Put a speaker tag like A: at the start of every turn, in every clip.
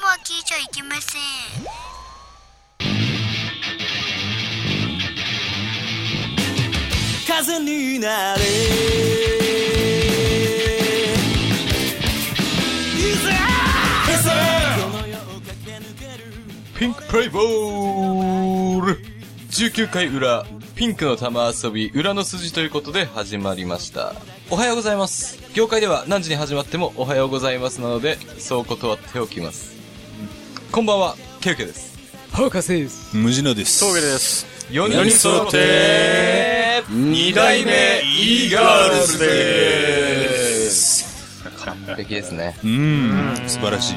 A: いけません
B: 風になれ
C: ピンクプレイボール19回裏、ピンクの玉遊び、裏の筋ということで始まりました。おはようございます。業界では何時に始まってもおはようございますなので、そう断っておきます。こんばんは、ケウケです。
D: 博士です。
E: 無地のです。
F: 峠です。
C: 4、
E: 人揃って
C: 2。
F: 代目イーガールズです
C: 完璧ですね。
E: うん、素晴らしい。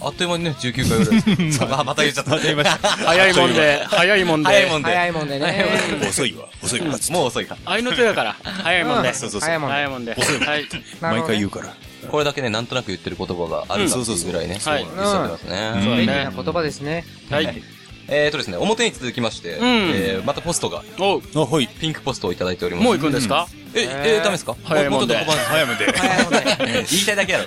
C: あっという間にね、19回ぐらい。まあ、また言っちゃった。
F: 早いもんで、早いもんで。
C: 早いもん
D: 早
C: で。
D: いもんで
C: 早いもん
D: ね。
E: 遅いわ、遅いわ。
C: もう遅いか。
F: 愛の手だから。早いもんで。
E: そうそうそ。
D: 早いうもん
F: 早
D: で。
F: いもんで。はい。
D: なる
E: 毎
D: ほどね
E: 回言うから。
C: これだけね、なんとなく言ってる言葉があるっていうぐらいね、
F: そうそうそうは
C: 言
F: い
C: っちゃってますね。
E: う
D: 便利
E: ん
D: な言葉ですね。
F: はい。
C: えーとですね、表に続きまして、
F: ん
C: えーまたポストが、
F: おう、
E: あ、はい。
C: ピンクポストをいただいております。
F: もう行くんですか
C: え、えー、ダメですか
F: 早いもんで
C: うちょっと
E: 早めで。
D: 早いもんで。
C: 言いたいだけやろ。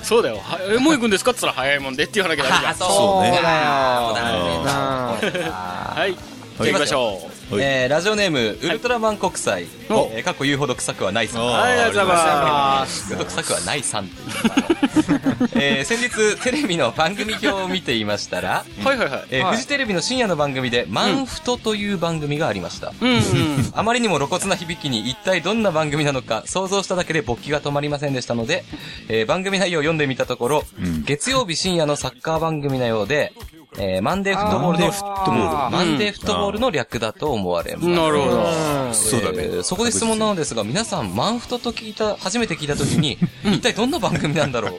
F: そうだよ。はえもう行くんですかって言ったら早いもんでって言わなきゃダメだ。
E: そうね
D: そうだ
E: あ
D: よ。なあ。
F: はい。じゃあ行きましょう。
E: はい
C: えーラジオネーム、ウルトラマン国際、
F: お
C: えーかっこ言うほど臭くはないさん。
E: お
F: はい、ありがとうございます。
C: くどくさくはないさんっていう、えー先日テレビの番組表を見ていましたら、
F: はいはいはい。
C: えー
D: はい
C: フジテレビの深夜の番組で「マンフト」という番組がありました、
F: うん。
C: あまりにも露骨な響きに一体どんな番組なのか想像しただけで勃起が止まりませんでしたので、えー番組内容を読んでみたところ、
E: ん
C: 月曜日深夜のサッカー番組なようで、えーマンデーフットボールで
D: あーフットボール
C: マンデーフットボールの略だと思われます、
F: なるほど。
E: そうだね。
C: そこで質問なのですが、皆さん、マンフトと聞いた、初めて聞いたときに、一体どんな番組なんだろう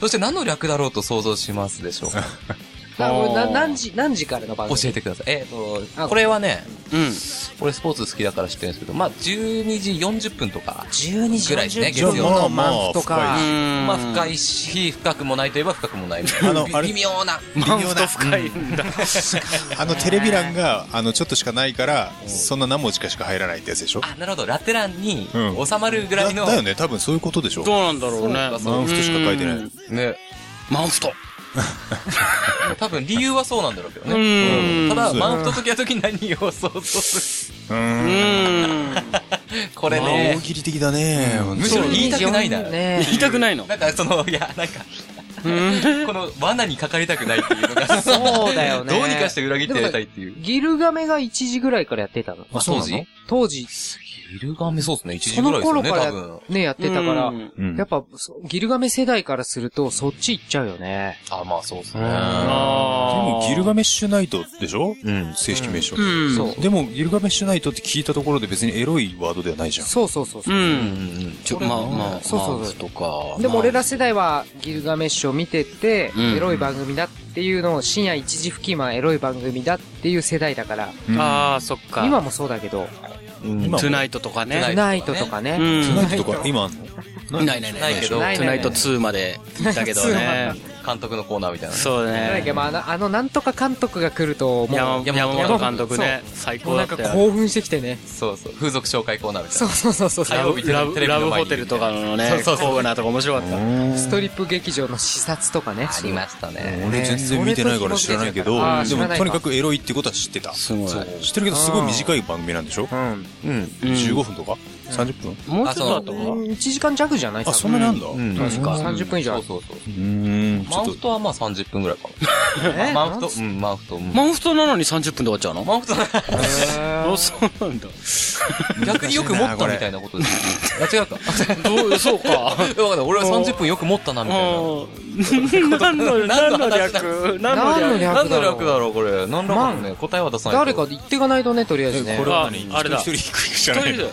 C: そして何の略だろうと想像しますでしょうか
D: なこれな何時、何時からの番
C: 教
D: 組
C: えてください。えっ、
D: あ
C: と、これはね、
F: うん。
C: 俺スポーツ好きだから知ってるんですけど、まあ、12時40分とか、
D: 12時
C: ぐらいですね、月
D: 40
C: 曜
D: 分
C: 日
D: の
E: まあ
D: マンフと
E: まあ
D: か。
C: まあ、深いし、深くもないといえば深くもないみたいな。
E: あのあれ
C: 微妙な。
F: マンフト深いんだ。
E: あのテレビ欄が、あの、ちょっとしかないから、そんな何文字かしか入らないってやつでしょ
C: あ、なるほど。ラテランに
E: うん
C: 収まるぐら
E: だ
C: いの。
E: だよね、多分そういうことでしょ
F: どうなんだろうね
C: そうか。そう
E: マンフトしか書いてな
F: う
E: い
F: ん。
C: ね。
F: マンフト。
C: 多分理由はそうなんだろうけどね。
F: うん
C: うんただ、
E: そう
C: マンフトときはとき何を想像す
E: うん。
F: うん。
C: る。これ
E: まあ大
C: ね。
E: 喜利的だね。
C: むしろ言いたくないな。
D: ね
F: 言いたくないの。
C: なんかその、いや、なんか、この罠にかかりたくないっていうのが、
D: そうだよね
C: どうにかして裏切ってやりたいっていう。
D: ギルガメが1時ぐらいからやってたの。
C: あそうなの
D: 当時、
C: ギルガメそうですね、1時
D: そ
C: ぐらい
D: の
C: ですよ
D: 頃
C: ね、
D: から
C: 多
D: や
C: 分。
D: ね、やってたから
F: う、ん
E: うん
D: やっぱ、そギルガメ世代からすると、そっち行っちゃうよね。
C: あ、まあそうです
E: で
C: ね。
E: も
F: あー
E: ギルガメッシュナイトでしょ
C: うん。
E: 正式名称。
F: うん。。
D: そう。
E: でも、ギルガメッシュナイトって聞いたところで別にエロいワードではないじゃん。
D: そうそうそうそうう。
C: うんん。
F: ちょ、まあまあ。
D: そうそうそう
C: マウスとか。
D: でも俺
C: ら、
D: ら世代はギルガメッシュを見てて、
F: うん
D: エロい番組だっていうのを深夜1時付近はエロい番組だっていう世代だから、
E: うん
F: ああ、そっか。
D: 今もそうだけど、
C: うん
E: 今
F: トゥナイトとか
C: トゥナ
F: ね。
D: ナイトとか
F: う
D: ね。
F: ん
E: トゥナイトとか今あんの
F: ないないない
C: ないけど
F: ト
D: ない
F: ゥナイト2まで行ったけどね。
C: 監督のコーナーみたいなね。
F: そうだ
D: なんだっけ、
F: ね。
D: まあ、あの、あのなんとか監督が来ると、もう、
F: 山山本監督ね。最高
D: もうな
F: だ
D: ん
F: っ
D: か
F: たよ。
D: 興奮してきてね。
C: そうそう。風俗紹介コーナーみた
D: そ
C: いう
D: そうそうそう。
C: 火
F: ラ
C: 曜
F: ブ
C: 日テレビテレビ
F: ラ
C: の
F: ブ
C: 前
F: ホ
C: に
F: テルとかのね、
C: そうそうそう
F: コーナーとか面白かった。
D: ストリップ劇場の視察とかね。
C: な。ありましたね。
E: 俺全然見てないから知らないけど、
D: あー
E: で
D: 知ら
E: も
D: ないか
E: とにかくエロいってことは知ってた。
F: すごい。
E: 知ってるけどすごい短い番組なんでしょ
D: うん。
C: うん。
F: うん
E: ?15 分とか ?30 分
F: もうちょっとだったかな
D: 1時間弱じゃない
E: あ、そんななんだう
C: うん。
D: 確か30分以上ある
C: そうそうそう。
E: ーん。ち
C: マ
E: ょ
C: ウ
E: っ
C: フ
E: と、
C: トはまあ30分ぐらいか
D: 多分
C: な。マウフト、うん、マウフト。うん
F: マンフトなのに30分で終わっちゃうの
C: マウフトな
F: あ、そうなんだ。
C: 逆によく持ったみたいなことですよ。いや違うか。
F: どう、そうか。
C: だから俺は30分よく持ったな、みたいな。
F: うん何の、何の略
D: 何の
F: 何の略
D: 略
C: 何の略だろう、これ。何らかの
D: マ
C: ね、答えは出さない
D: 誰
C: と。
D: か言っていかないとね、とりあえずね。
E: これは何
F: ああれだ
E: 一人一人行くじ
F: 一
E: ゃな
F: 人
E: い
F: で。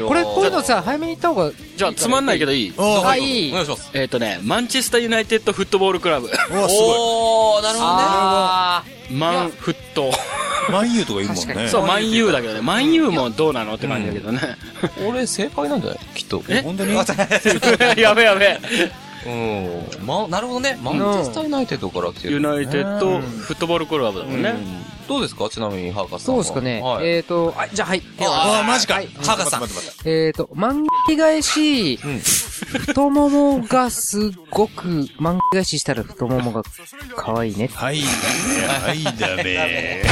D: うんこれ、こういうのさ、早めに行った方が、
F: じゃあ、つまんないけどいい
C: あ
D: あ
C: はい
D: い
C: お願いします。
F: えっとね、マンチェスターユナイテッドフットボールクラブ。
E: うわ、すご
C: おー、なるほどね。
D: あ
F: マンフット。
E: い。万有とか言うもん
D: 確か
E: ね。
F: そう、マンユーだけどね。マンユーもどうなのって感じだけどね。
C: 俺正解なんじゃないきっと。
F: え
E: 本当にあ
F: やべやべ。
C: うん。ま、なるほどね。マンチェスターユナイテッドから来て
F: ユ
C: る。
F: ナイテッドフットボールクラブだもんね。
C: どうですかちなみに、ハーカスさん
D: ーそう
C: は。
D: ですかね。
C: はい。
D: えっと、あじゃあはい。では
E: あー、マジか。
C: ハーカスさん。
E: 待って待って待って
D: えっと、漫画返し、太ももがすごく、漫画返ししたら太ももが可愛いね。
E: はい、はい、ダメ。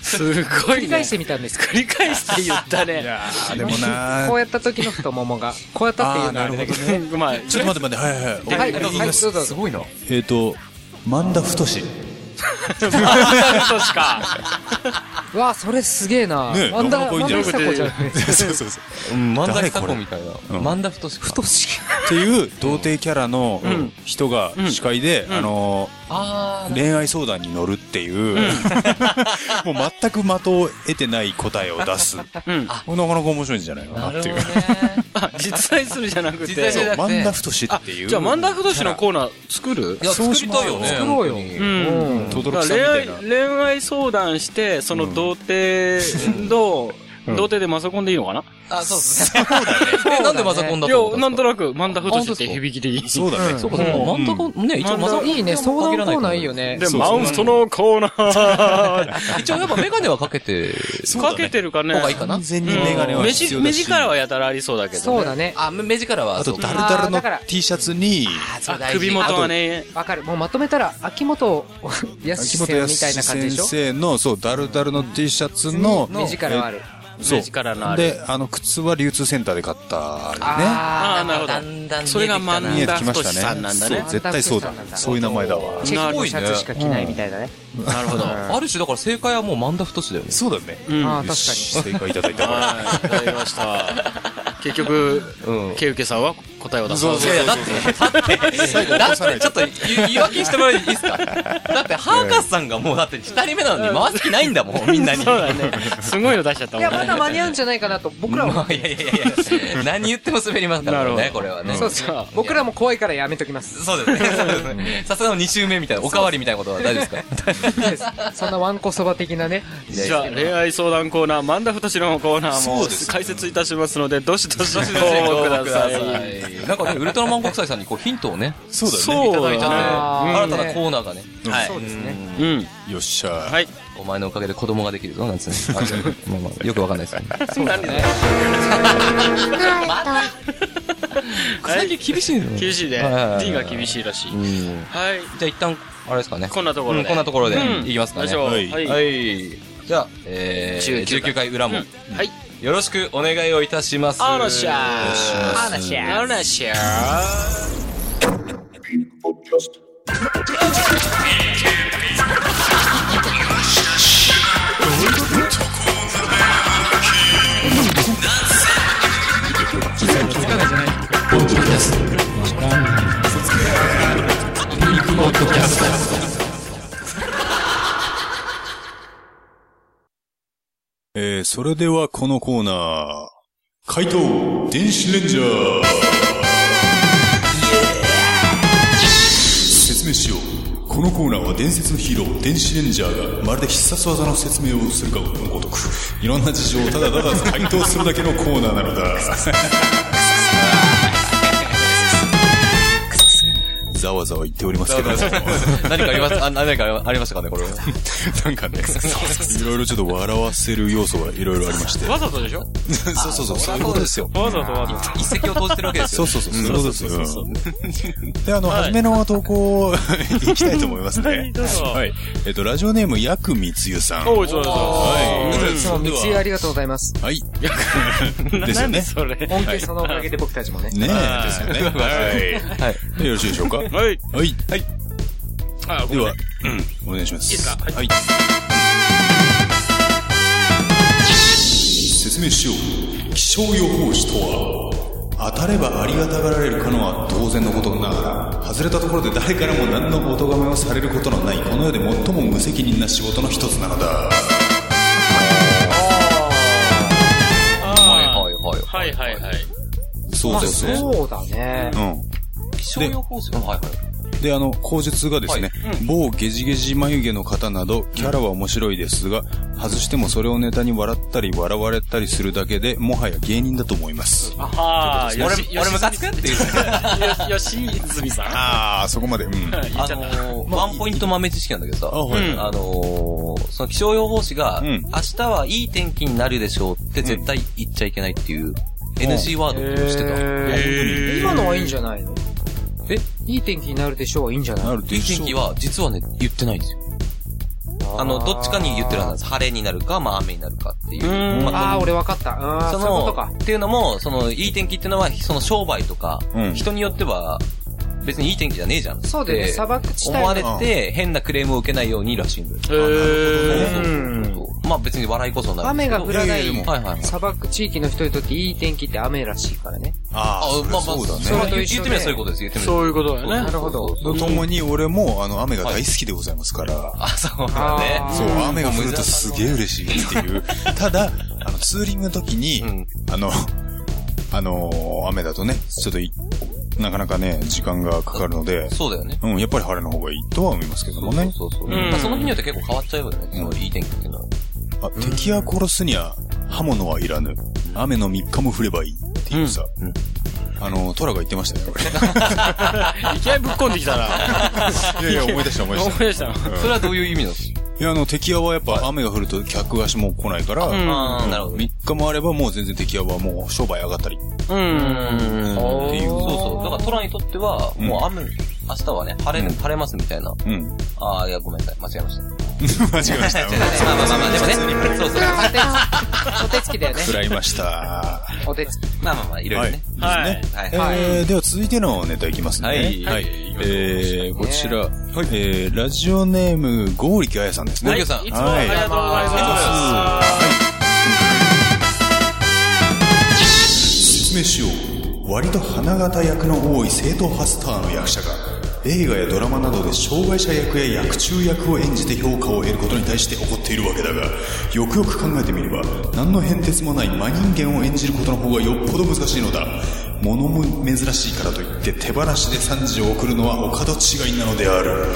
F: すご
D: 繰
F: い
D: り
F: ね
D: 返し。てみたんですけ
F: 繰り返して言った
E: い
F: ね。
E: やー、でもな
D: ど、こうやった時の太ももが、こうやったっていうのはあれだけどね。
F: まあ、
E: ちょっと待って待って、はいはい。
D: はい、
F: な
D: は
F: る
D: い、
F: ほどね
D: どうぞどうぞ。
A: ごいな。
E: えっ、と、万田太志。
F: そうしか。
D: うわあ、それすげえな。
E: ねえ
D: ワンダ
E: なかなかいいん
D: ワン
E: じゃ
D: ダー久
E: ない
D: 子じゃない
E: そうそうそう。
C: うん、マンダ
E: 誰
C: ヒ
E: こ
C: タ
E: れ
C: コみたいな。
E: うん
C: マンダフトシか。
E: っていう童貞キャラの人が司会で、あの
C: あ
E: ー恋愛相談に乗るっていう、 もう全く的を得てない答えを出す、
F: うん。
E: これなかなか面白いんじゃないか
C: あ、な
E: な
C: る
E: っ
C: ほ
E: てい
C: ど
E: う
C: ね。。
F: あ実在するじゃなく
C: 実在す
F: て。
C: る
E: そう万田太志っていう
F: じゃあ、万田不動士のコーナー作る
C: いや、作りたいよね。
D: 作ろう
C: 本当
D: よ
C: に
F: うん。
E: 轟
F: だから
E: さんみ
F: 恋
E: た
F: 愛
E: いな
F: 恋愛相談して、その童貞の、童貞でマソコンでいいのかな
C: あ、そうですね。え、なんでマザコンだ
F: い
C: と思っ
F: や、
C: た
F: なんと
C: な
F: なく、マンダフトシって響きでいい。
E: そうだね、
C: そうか、そうか。マンダコン、ね、一応マザコン。
D: いいね、相談コーナーいいよ
C: ね。
D: ね。
F: で、
E: そう
F: マウントのコーナー。
C: 一応やっぱメガネはかけて、
E: そうだ
F: か
E: ね
F: けてるかね。
C: 方がいいかな
E: 完。全にメガネは
F: 目
E: 必
F: じ
E: 要だ
F: 目
E: し、
F: 力はやたらありそうだけど。
D: そうだね。
C: あ、目目力は、
E: あと
C: そうか
E: ダルダル
D: あーだから
E: の T シャツに
C: あそう
F: あ
C: 大事
F: 首元はね。
D: わかる。もうまとめたら、秋元康
E: 秋
D: さ
E: 元
D: んみたい
E: 康
D: な感じで
E: 先
D: しょ
E: 生のそうダルダルの T シャツの
D: 目力はある。
E: えそう
F: 目力のある
E: であの靴は流通センターで買ったあれね
F: ああ、
D: あ
F: なるほ
C: だんだん見えてきたな
F: ど。それがマン
E: 見えて
F: ダ
E: き
F: フ
E: ま
F: ト
E: し
F: シさ
E: た
F: ん
E: ね
F: なんだ
E: そ
F: ね
E: う。絶対そうだそういう名前だわ
D: チェックのシャツしか着ないみたいだね。
F: なるほど。
C: ある種だから正解はもうマンダフトシだよね。
E: そうだね
F: うん
D: あ
F: は
D: あ、確か
E: よ
D: に。
E: し正解いただい たから
F: い、わかりました。結局、
C: うん。
F: ケウケさんは答えを出さない
C: いやいや、だって、だって、だってちょっと言い訳してもらっていいですか だって、ハーカスさんがもうだって二人目なのに回す気ないんだもん、みんなに。
F: そうだね。すごいの出しちゃった
D: い
F: も
D: や、
F: んね。
D: まだ間に合うんじゃないかなと、僕らは。
C: いやいやいやいや、何言っても滑りますから
F: なる
C: ね、
F: ほ
C: これはね。
D: そうそう。僕らも怖いからやめときます。
C: そうですね。そうですね。さすがの2周目みたいな、おかわりみたいなことは大丈夫ですか
D: そんなワンコそば的なね。
F: じゃあ、恋愛相談コーナー、マンダフトシのコーナー
E: そ
F: も
E: うですね
F: 解説いたしますので、どしどしご応
C: ご応募
F: 募
C: く
F: くだ
C: ださ
F: さい。
C: い。なんかね、ウルトラマン国際さんにこうヒントをね、
E: そうだね
F: そう
C: いただい
F: だ
D: あ
C: た
D: ー
C: んで、新たなコーナーがね、はい
D: そうですね。
F: ね。うん。
E: よっしゃー、
F: はい。
C: お前のおかげで子供ができるぞ、なんつうね。あまあまあよくわかんないですけど。
D: そうだね。
C: 最近厳しいの
F: 厳しいね。D が厳しいらしい。
C: うん
F: はい。
C: じゃあ一旦、あれですかね。
F: こんなところ
C: うん
F: で。
C: こんなところで
F: うん
C: いきますかね
F: よいしょは。
E: はいい
F: は。
C: はいい。じゃあ、えー、
F: 19
C: 19回裏も、
F: はい。
C: よろしくお願いをいたします。
F: あらし
C: お
F: ゃ
C: 願いします
D: あらし
F: ー。
D: ゃ
F: あらしゃ
E: えー、それではこのコーナー、怪盗電子レンジャー説明しよう。このコーナーは伝説のヒーロー、電子レンジャーがまるで必殺技の説明をするかのごとく、いろんな事情をただただ回答するだけのコーナーなのだ。ざわざわ言っておりますけども。
C: ー。何かありますあ何かありましたかね、これは。
E: なんかね、 いろいろちょっと笑わせる要素がいろいろありまして
F: ー。。わざとでしょ
E: そうそうそう、そういうことですよ。
F: わざとわざと。
C: 一石を投じてるわけです
E: そ
C: よ
E: う。そうそう、そういうことですよ。で、あの、初めの投稿、いきたいと思いますね。
F: どうぞ
E: はい。えっと、ラジオネーム、やくみつゆさん。
F: おう、そうだ
E: はい。
D: いつも道ありがとうございます。
E: はい。
F: そうだ。
E: ですよね
F: 何それ。
D: 本家そのおかげで僕たちもね。
E: ねえ、ですよね。
C: は
E: はいい。でよろしいでしょうかはい。
F: はい。
E: はい。
F: あ、ごめ
E: で
F: ん
E: は、うん、お願いします。
F: いですか
E: はい。説明しよう。気象予報士とは、当たればありがたがられるかのは当然のことながら、外れたところで誰からも何のお咎めをされることのない、この世で最も無責任な仕事の一つなのだ。
F: あ
C: はいはい
F: ーはいはいはい。
E: そうですね。
D: そうだね。
E: う
C: 気象予報士のはいはい。
E: ん。で、あの、口述がですね、某ゲジゲジ眉毛の方など、キャラは面白いですが、外してもそれをネタに笑ったり笑われたりするだけで、もはや芸人だと思います。
F: ああ、
C: 俺、俺ムカつくっていう。
F: よし、泉さん。
E: ああ、そこまで。うん。
F: 言っ
C: あ
F: ちゃった。
C: のー、ワンポイント豆知識なんだけどさ、
E: あはい
C: あのー、その気象予報士が、
E: うん
C: 明日はいい天気になるでしょうって絶対言っちゃいけないっていう、NG ワードをしてた。
D: え今のはいいんじゃないのえいい天気になるでしょうはいいんじゃない
E: る
C: いい天気は、実はね、言ってないんですよ。あの、どっちかに言ってるはずなんです。晴れになるか、まあ雨になるかっていう。
F: うーん
C: ま
D: ああ、俺わかった。ああ、
C: そ
D: そ
C: う
D: いうこと
C: の
D: か。、
C: っていうのも、その、いい天気っていうのは、その商売とか、
E: うん
C: 人によっては、別にいい天気じゃねえじゃん。
D: そうだよね、砂漠地帯
C: 思われ
D: の
C: て、変なクレームを受けないようにらしいんだよ。
F: へ
C: そうそうそうそうまあ別に笑いこそない。
D: 雨が降らない
C: やややはいはい。
D: 砂漠地域の人にとっていい天気って雨らしいからね。
E: あ
C: あ、まあまあ、
E: そ
C: そ
E: うだ
C: う
E: ね。
D: それと
C: 言
D: 一緒
C: ってみ
D: で
C: ればそういうことです。言ってみれば。
F: そういうことだよね
C: そうそう
D: なるほど
C: そうそう
E: とともに俺もあの雨が大好きでございますから、
C: あ、そうだ
D: あー
C: ね。
E: そう、雨が降るとすげえ嬉しいっていう。ただ、あの、ツーリングの時に、
C: うん
E: あの、あのー雨だとね、ちょっとい、なかなかね、時間がかかるので、
C: そうだよね。
E: うん、やっぱり晴れの方がいいとは思いますけどもね。
C: そうそうそう。
F: うん
C: まあその日によって結構変わっちゃうよね。そのいい天気っていうのは。
E: あ、敵は殺すには刃物はいらぬ。雨の3日も降ればいいっていうさ、
C: うんうん
E: あの、トラが言ってま したね、
F: いきなりぶっこんできたな。
E: これ。いや いや、思い出した思い出
F: 思
E: し
F: い
E: た。
F: 出した。
C: それはどういう意味なの
E: いや、あの、敵屋はやっぱ雨が降ると客足も来ないから、
F: うん
C: あーなるほど。
E: 3日もあればもう全然敵屋はもう商売上がったり。
F: うん。
C: うん。っていう。そうそう。だからトラにとっては、
E: うん
C: もう雨、明日はね、晴れる、晴れますみたいな。
E: うん。
C: ああ、いや、ごめんなさい。間違えました。違う
E: 間違 えました。
C: 違うまあまあまあまあ、でもね。そうそう。
D: お手つき、お手つきだよね。
E: 食らいました。
D: お手つき。
C: まあまあまあ、いろいろね。
F: はい
E: ですね。
C: はい。
E: えーでは続いてのネタいきますね。
C: はい
E: えーこちら、えーラジオネーム、ゴーリキさんですね。
C: ゴーリキさん
F: いつもありがとうございま
E: 説明しよう。割と花形役の多い正統派スターの役者が、映画やドラマなどで障害者役や役中役を演じて評価を得ることに対して怒っているわけだが、よくよく考えてみれば、何の変哲もない真人間を演じることの方がよっぽど難しいのだ。物も珍しいからといって手放しで賛辞を送るのはお門違いなのである。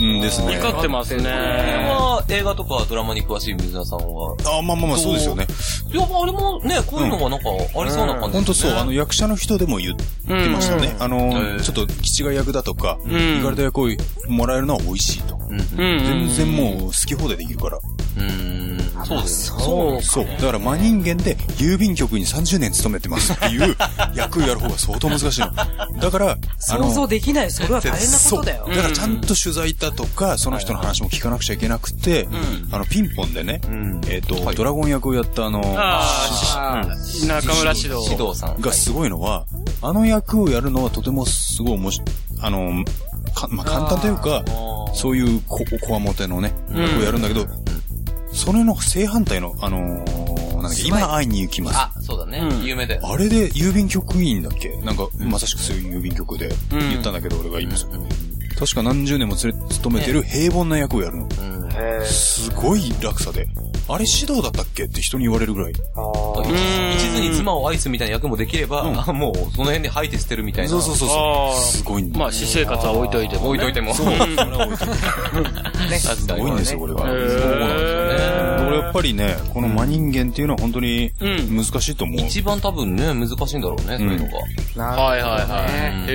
E: うんですね
F: す。怒ってま
C: こ
F: す
C: れ
F: ね。
C: は映画とかドラマに詳しい水野さんは。
E: あ、まあまあまあ、そうですよね。
C: いや、あれもね、こういうのがなんかありそうな感じ
E: 本当
C: です
E: そう、
C: ね。
E: あの役者の人でも言ってましたね。あの、
C: ー
E: ちょっと、気違い役だとか、
F: ん
E: 行かれた役をもらえるのは美味しいと。
F: うんうん
E: 全。然もう好き放題できるから。
C: うーん。そうですね。
D: そう。
E: そう。だから真人間で郵便局に30年勤めてますっていう役をやる方が相当難しいの。だから、あ
D: 想
E: の
D: 像できない。それは大変なこ
E: そ
D: と
E: う
D: だよ。
E: からちゃんと取材だとか、その人の話も聞かなくちゃいけなくて、あの、ピンポンでね、
C: ん
E: えっと、ドラゴン役をやったあの、
F: あ
D: あー
F: あ、中村指導。
C: 指導さん。
E: がすごいのは、あの役をやるのはとてもすごい面白い、あの、かまあ、簡単というか、そういうこ、こわもてのね、役をやるんだけど、それの正反対の、あのーなんだっけ、今会いに行きます。
C: あ、そうだね。有名だよ。
E: あれで郵便局員だっけなんか、まさしくそういう郵便局で言ったんだけど、俺が今、確か何十年もつれ勤めてる平凡な役をやるの。
C: うん。
E: すごい落差で。あれ指導だったっけって人に言われるぐらい。
C: 一途に妻を愛すみたいな役もできれば、あもうその辺で吐いて捨てるみたいな。
E: そうそうそう
F: あ
E: そう。
F: ー
E: すごいんだ。
F: まあ、私生活は置いといても。
C: 置いといても。
E: そう、それは置いといて
D: ね。
C: 確
E: す
C: かに
E: ごいんですよ、これは。
F: へー
E: そうなんですよね。俺やっぱりね、この真人間っていうのは本当に
F: うん
E: 難しいと思う。
C: 一番多分ね、難しいんだろうね、そういうのが。
D: なる
F: はいはいはい。へ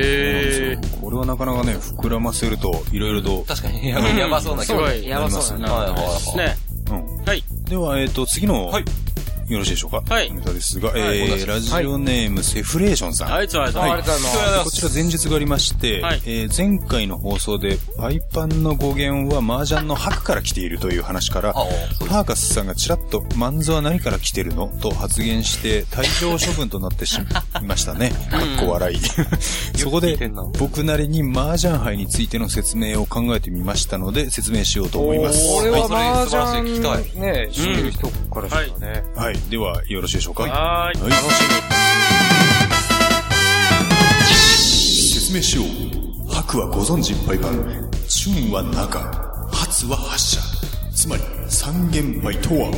F: え。
E: これはなかなかね、膨らませると、いろいろと。
C: 確かに、やばやばそうな気
F: すご
C: が。
F: い。
D: やばそうだな。
C: はいはいはい。
F: ね。
E: うん
F: はい。
E: では、えっと、次の、
C: はい
E: よろしいでしょうか。
F: はい
E: ネタですが、
F: い
E: え
F: お願い
E: ー、ラジオネーム、セフレーションさん。
F: あいつはあいつ
D: ああ
F: は
D: りがとうござい
E: こちら前述がありまして、
F: はい
E: えー前回の放送でパイパンの語源は麻雀の白から来ているという話から、
C: あそう
E: パーカスさんがちらっとマンズは何から来てるのと発言して退場処分となってしまいました ね。かっこ笑い。そこ
C: 聞いて
E: で
C: んな
E: 僕なりに麻雀杯についての説明を考えてみましたので説明しようと思います。
D: これ
E: は
D: は
C: それ
D: マージ
C: 素
D: ャ
C: 晴らしい聞き
D: ンね、知ってる人からしたらね。
E: い、はいではよろしいでしょうか。
F: い。はーい。
E: 楽しみ。説明しよう。白はご存知パイパン。春は中。初は発射。つまり、三元杯とは、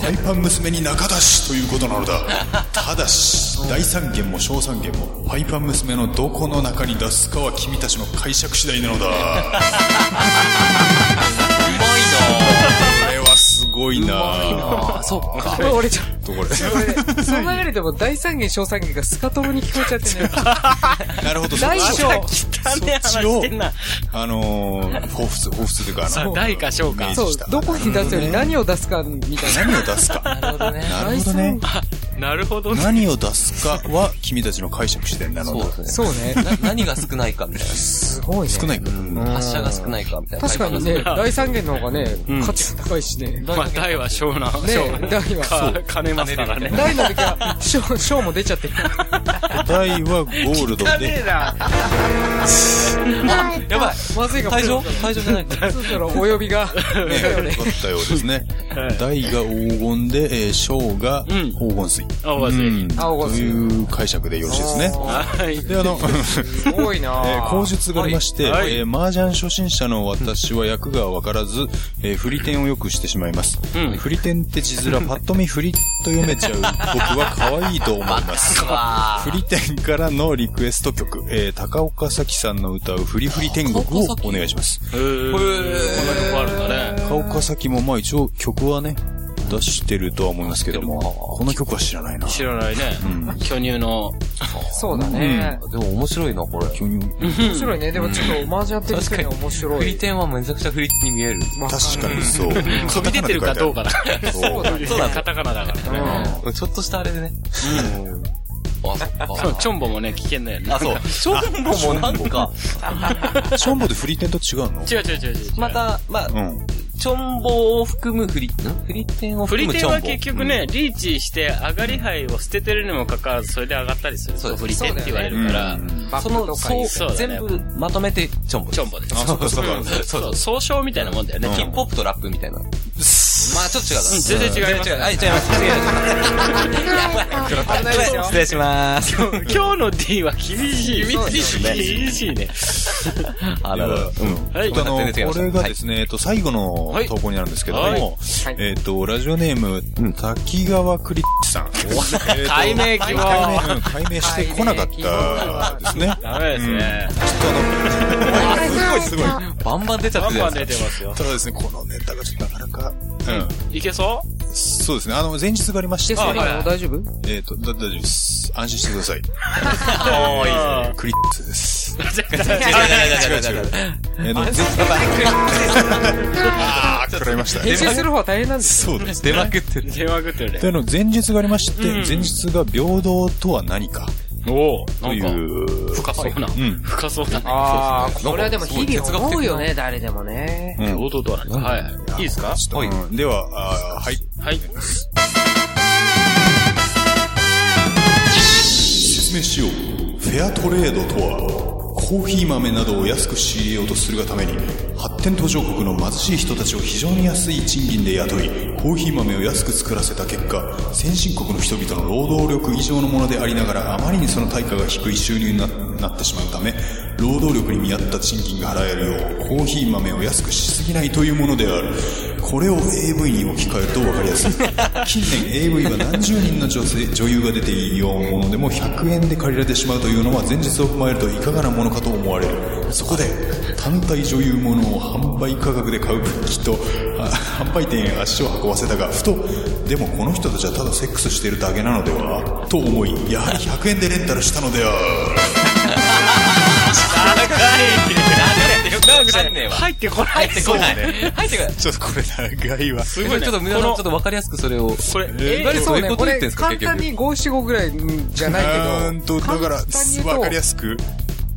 E: パイパン娘に仲出しということなのだ。ただし、大三元も小三元も、パイパン娘のどこの中に出すかは君たちの解釈次第な のだ。
C: うまいな
E: これはすごいな
C: ぁ。そ
D: そう。これ俺ちょっ
E: とこれ。
D: と、これ、その流れでも第三弦、小三弦がスカトロに聞こえちゃってね。
E: なるほど、
D: 大
E: そ
D: 小
E: っちを
F: 汚ねえ話してんな。
E: あのー、彷彿、彷彿というか、あ
F: さあ、
E: の、
F: 大か小か。
E: ね
D: そう、どこに出すより何を出すかみたい
E: 何を出すか。
D: な。なるほどね。
E: なるほどね。
F: なるほどね。
E: 何を出すかは、君たちの解釈次第なのだ。
D: 第三弦。そうね。
C: な何が少ないかみたい
D: すごいね。
E: 少ないから。
C: な。発射が少ないかみたいな。
D: 確かにね、第三弦の方がね、
F: ん
D: 価値高いしね。
F: まあ、大は小な。
D: ね
F: 小
D: 大は
F: か
D: そ
F: 金ますからね。
D: 大の時は、ショー、ショーも出ちゃってる。
E: 台はゴールドで、
F: な。
C: やばい
D: まずいかも。
C: 退場退場じゃないか。
D: そろそろお呼びが。
E: ね、分かったようですね。台が黄金で、えー小が
F: ん
E: 黄金水。
F: 青は全員。
E: うん
D: 青が
E: という解釈でよろしいですね。
F: はい。
E: で、あの、
D: すごいな
E: えー口述がありまして、
F: はいはい
E: えー麻雀初心者の私は役がわからず、えー振り点をよくしてしまいます。
F: うん
E: 振り点って字面、パッと見振りと読めちゃう僕は可愛いと思います。振り点からのリクエスト曲、えー高岡咲さんの歌う振り振り天国をお願いします。
F: へーこんなとこあるんだね。
E: 高岡咲もまあ一応曲はね、出してるとは思いますけども、この曲は知らないな。
F: 知らないね。
E: うん。
F: 巨乳の。
D: そうだね。
C: でも面白いな、これ。
E: 巨乳
D: 面白いね。でもちょっと、マージャンってる人には面白い。
C: 振り点はめちゃくちゃ振りに見える。
D: わかんない
E: 確かにそう。
F: 飛び出てるかどうかだ。
E: そう。
F: そうだ、カタカナだからね。
C: ちょっとしたあれでね。あ、そっか
F: そう、チョンボもね、危険だよね
C: あ、。そう。ションボもなんか、
E: ションボで振り点と違うの
F: 違う違う違う違う。
C: ま、た、まあ、
E: うん。
C: チョンボを含む振り、ん振り点を
F: 振
C: 含
F: り
C: む
F: 手
C: チョンボ。
F: は結局ね、リーチして上がり牌を捨ててるにもかかわらず、それで上がったりする
C: そう
F: と
C: です
F: 振り手って言われるから、
D: バ
C: そ
D: ック
C: の、
D: とかいう
F: そう
C: そう、全部まとめてチョンボです。
F: チョンボです。
E: あ、そうかそうか。
F: そうそう、総称みたいなもんだよね。
C: ヒップホップとラップみたいな。まあちょっと違うな。
F: うん全然違います
C: 全然はい、違います。違います。
D: 危ないですよ
C: 失礼します。
F: 今日の D は厳しい。
D: 厳しいね
F: 厳しいね。
C: あらら。うん。
F: はい
E: あの、
C: 全然違いま
E: こ
C: す
E: れがですね、えっと、最後の
F: はい
E: 投稿になるんですけども、
F: はい
E: えっと、ラジオネーム、滝川クリッチさん。えっと
F: 解明希望。
E: 解明解明してこなかったですね。
F: ダメですね。
E: すごいすごい。
C: バンバン出ちゃ
F: バ
C: って
F: ン
C: る
F: バン
C: じゃな
F: 出
C: いで
F: て
C: す
F: ますよ。
E: ただですね、このネタがちょっとなかなか、う
F: いけそ
E: ん。そうですね、あの、前日がありまして
D: で、すよ、
F: あはい
D: 今の大丈夫
E: えっと、だ大丈夫です。安心してください。
F: うおー、いい
E: クリッチです。
C: か。違う違う違う違う違う違う。
E: えっと、前 あー、食らいました。
D: 編集する方は大変なんですよ。
E: そうです。
C: 出まくってる。
F: 電話食ってるね
E: で、あ。の、前日がありまして、
F: うん
E: 前日が平等とは何か
F: お
E: と
F: ー、
E: い
F: なんか、深
E: う、
F: そうな
E: う。ん。
F: 深そうだね。
D: ああ、これはでも
C: そうそう
D: 日々思うよね、誰でもね。
E: うん
F: 堂々とはない。はい。いいですか
E: ちょっとうんでは、あーはい。
F: はい。
E: 説明しよう。フェアトレードとは、コーヒー豆などを安く仕入れようとするがために、発展途上国の貧しい人たちを非常に安い賃金で雇い、コーヒー豆を安く作らせた結果、先進国の人々の労働力以上のものでありながら、あまりにその対価が低い収入にななってしまうため、労働力に見合った賃金が払えるよう、コーヒー豆を安くしすぎないというものである。これを AV に置き換えると分かりやすい。近年 AV は何十人の女性、女優が出ていようものでも100円で借りられてしまうというのは前日を踏まえるといかがなものかと思われる。そこで、単体女優ものを販売価格で買うべきと、あ販売店へ足を運ばせたが、ふと、でもこの人たちはただセックスしているだけなのではと思い、やはり100円でレンタルしたのである。
C: なんかねえわ。
F: 入ってこな
C: 入
F: い。
C: ってこない。入ってこない。
E: ちょっとこれ長いわ。
F: す
C: ち
F: ご
C: ょ
F: い
C: っ
F: ね。
C: と皆
F: こ
C: さん
F: の
C: ちょっとわかりやすくそれを。
F: これ、
E: え
C: 誰
D: そ
C: どう
D: う
C: い
D: ね、
C: うこと
D: こ
C: 言っ
D: れ
C: てんすか
D: 簡単に五七五ぐらいじゃない
E: ーん
D: けど。
E: と、だから、
D: 簡単に言うと
E: わかりやすく。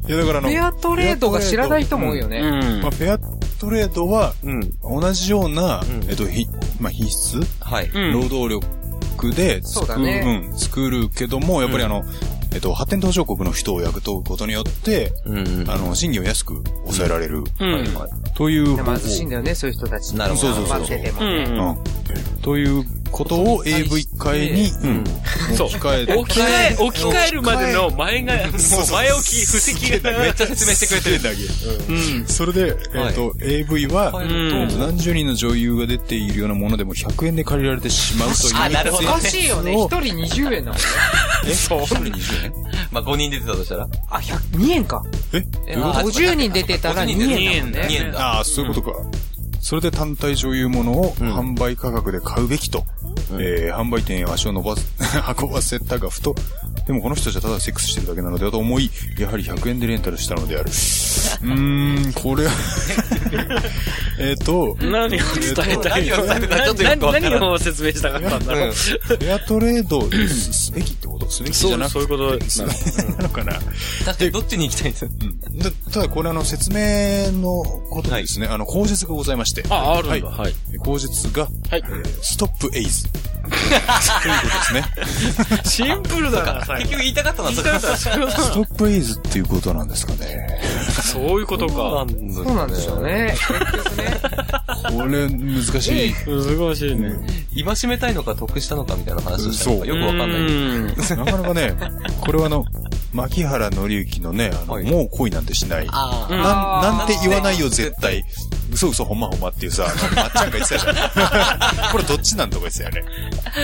E: いや、だからあの、
D: フェアトレードが知らない人も多いよ
F: う
D: ね。
E: うん
F: ん
E: まあ、。フェアトレードは、
C: うん。
E: 同じような、えっと、ひ、まあ、品質、
C: はい。
F: うん
E: 労働力で
D: そ
E: 作
D: うだね
E: うん、作るけども、やっぱりあの、えっと、発展途上国の人を雇うことによって、
C: うん。
E: あの、賃金を安く抑えられる、
F: うん。
E: という方法、
D: 貧しいんだよね、そういう人たち。
C: なるほど
D: 頑張ってても
F: う
D: ね。
F: ん。
E: うん。ということを AV 界に、うん、
F: そう。
E: 置
F: 置
E: き換えて。
F: き換え、 置き換えるまでの前が、もう前置き、布石が。
C: めっちゃ説明してくれてる。
E: だけ。
F: うん。
E: それで、えっと、AV は、
F: うん
E: 何十人の女優が出ているようなものでも100円で借りられてしまうという。
C: あなる
D: お
C: ほど
D: かしいよね、一人二十円なの。
F: そう。
C: 20円まあ5人出てたとしたら。
D: あ、百二円か。
E: えどういうこと
D: 50人出てたら2円だもん
F: 2円
D: ね。
C: 2円だ。
E: ああ、そういうことか。それで単体というものを
A: ん
E: 販売価格で買うべきと、
A: うん
E: えー販売店へ足を伸ばす、 運ばせたがふと、でもこの人たちはただセックスしてるだけなのではと思い、やはり100円でレンタルしたのである。うーん、これは、えっと、
F: 何を伝えたい
C: 何
F: の
C: を伝えたいのかちょっとよくわからない
F: 何を説明したかったんだろう。
E: フェアトレードですすべきってことすべきじゃなくて。
F: そうそういうこと
E: すべきなのかな。
C: 確かにどっちに行きたいんですか
E: うんでただこれあの説明のことでですね、あの、口述がございまして。
F: あ、あるんだ。
E: は
F: はい。
E: い。口述が、
F: はい。
E: ストップエイズ。ということですね。
F: シンプルだな、最
C: 結
F: 後。
C: 局言いたかったのはそれ。
E: ストップエイズっていうことなんですかね。
F: そういうことか。
C: そ
D: そうなんでしょう。ね。
E: これ難しい。
F: 難しいね。
C: 戒めたいのか得したのかみたいな話をしたのか
E: そう
C: よくわかんない。
F: い。
E: なかなかね、これはあの、牧原紀之のね、あの
C: はい
E: もう恋なんてしない。
C: あ
F: うん
E: なん、
D: あー
E: なんて言わないよ、絶対。嘘嘘、ほんまほんまっていうさ、あのまっ ちゃんが言ってたじゃん。 これどっちなんとか言ってたよね。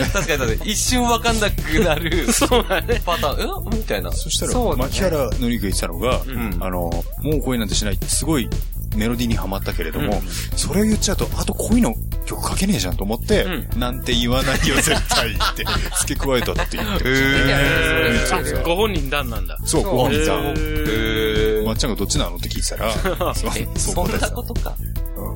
C: あ、確かに確かに。一瞬わかんなくなる
F: そうだね。
C: パターン、えみたいな。
E: そした
D: そ
E: ら、
D: うだね
E: 牧原紀之が言ってたのが、
C: ん
E: あの、もう恋なんてしないってすごいメロディーにはまったけれども、それを言っちゃうと、あと恋の曲書けねえじゃんと思って、
F: う
E: なんて言わないよ、絶対って付け加えたって言ってましたね。
F: え
E: そうそうそう
F: ーあご本人談なんだ。
E: そう、ご
F: え
E: 飯さん。
F: ー
E: まっちゃんがどっちなのって聞いてた ら、そう、そう
C: そん
E: 答えて
C: な
E: た
C: ことか。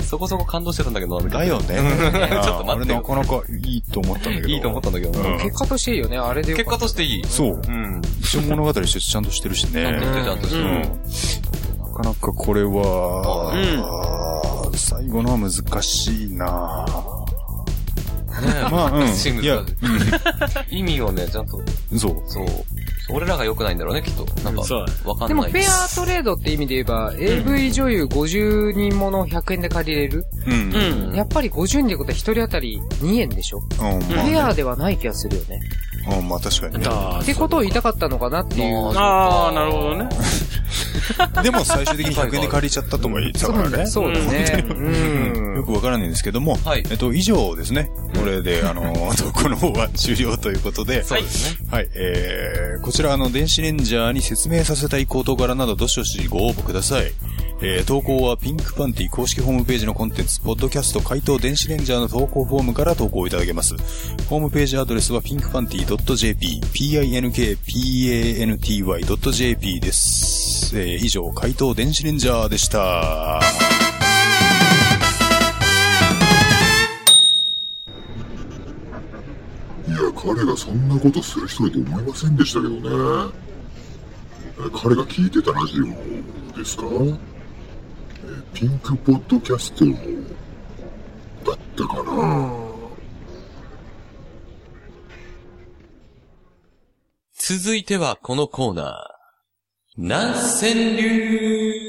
C: そこそこ感動してたんだけどな、みた
E: だ
C: いな。
E: よ
C: ち
E: ね。
C: ょっと待ってよ
E: あれなかなかいいと思ったんだけど。
C: いいと思ったんだけど
E: う
C: な。
E: ん
D: 結果としていいよね、あれでよ
C: 結果
D: かっ
C: としていい。
E: そう。
C: うん。
E: 一応物語としてちゃんとしてるし
C: ちゃんと言って
E: ね。
C: ちゃんとして
E: う
C: る
E: ん。なかなかこれは、最後のは難しいなまあ、うん。
C: シング
E: い
C: ル
E: や
C: だ、意味をね、ちゃんと、
E: そう。
C: そう。俺らが良くないんだろうね、きっと。なんか
F: そうだね、
C: わか
D: た。
C: ん
D: でも、
C: な
D: フ
C: い。
D: ェアトレードって意味で言えば、AV 女優50人ものを100円で借りれる、
E: う
F: う
E: ん。うん
F: ん。
D: やっぱり50人ってことは1人当たり2円でしょ、
E: まあ
D: フ
E: ね
D: ェアではない気がするよね。
E: うん、まあ確かにね。
F: だ
D: ってことを言いたかったのかなっていう。
F: あー、なるほどね。
E: でも最終的に100円で借りちゃったとも言ってた
D: そう
E: から
D: だ
E: ね
D: ね。。そうだね。
E: よくわからないんですけども、
C: はい
E: えっと、以上ですね。これで、あの、投稿の方は終了ということで、
C: そうですね。
E: はい、えー、こちら、あの、電子レンジャーに説明させたい口頭柄など、どしどしご応募ください。えー、投稿はピンクパンティ公式ホームページのコンテンツ、ポッドキャスト回答電子レンジャーの投稿フォームから投稿いただけます。ホームページアドレスは pinkpanty.jp、pinkpanty.jp です。えー、以上、回答電子レンジャーでした。
G: いや、彼がそんなことする人だと思いませんでしたけどね。え彼が聞いてたラジオですかえピンクポッドキャストだったかな、
C: 続いてはこのコーナー。南千流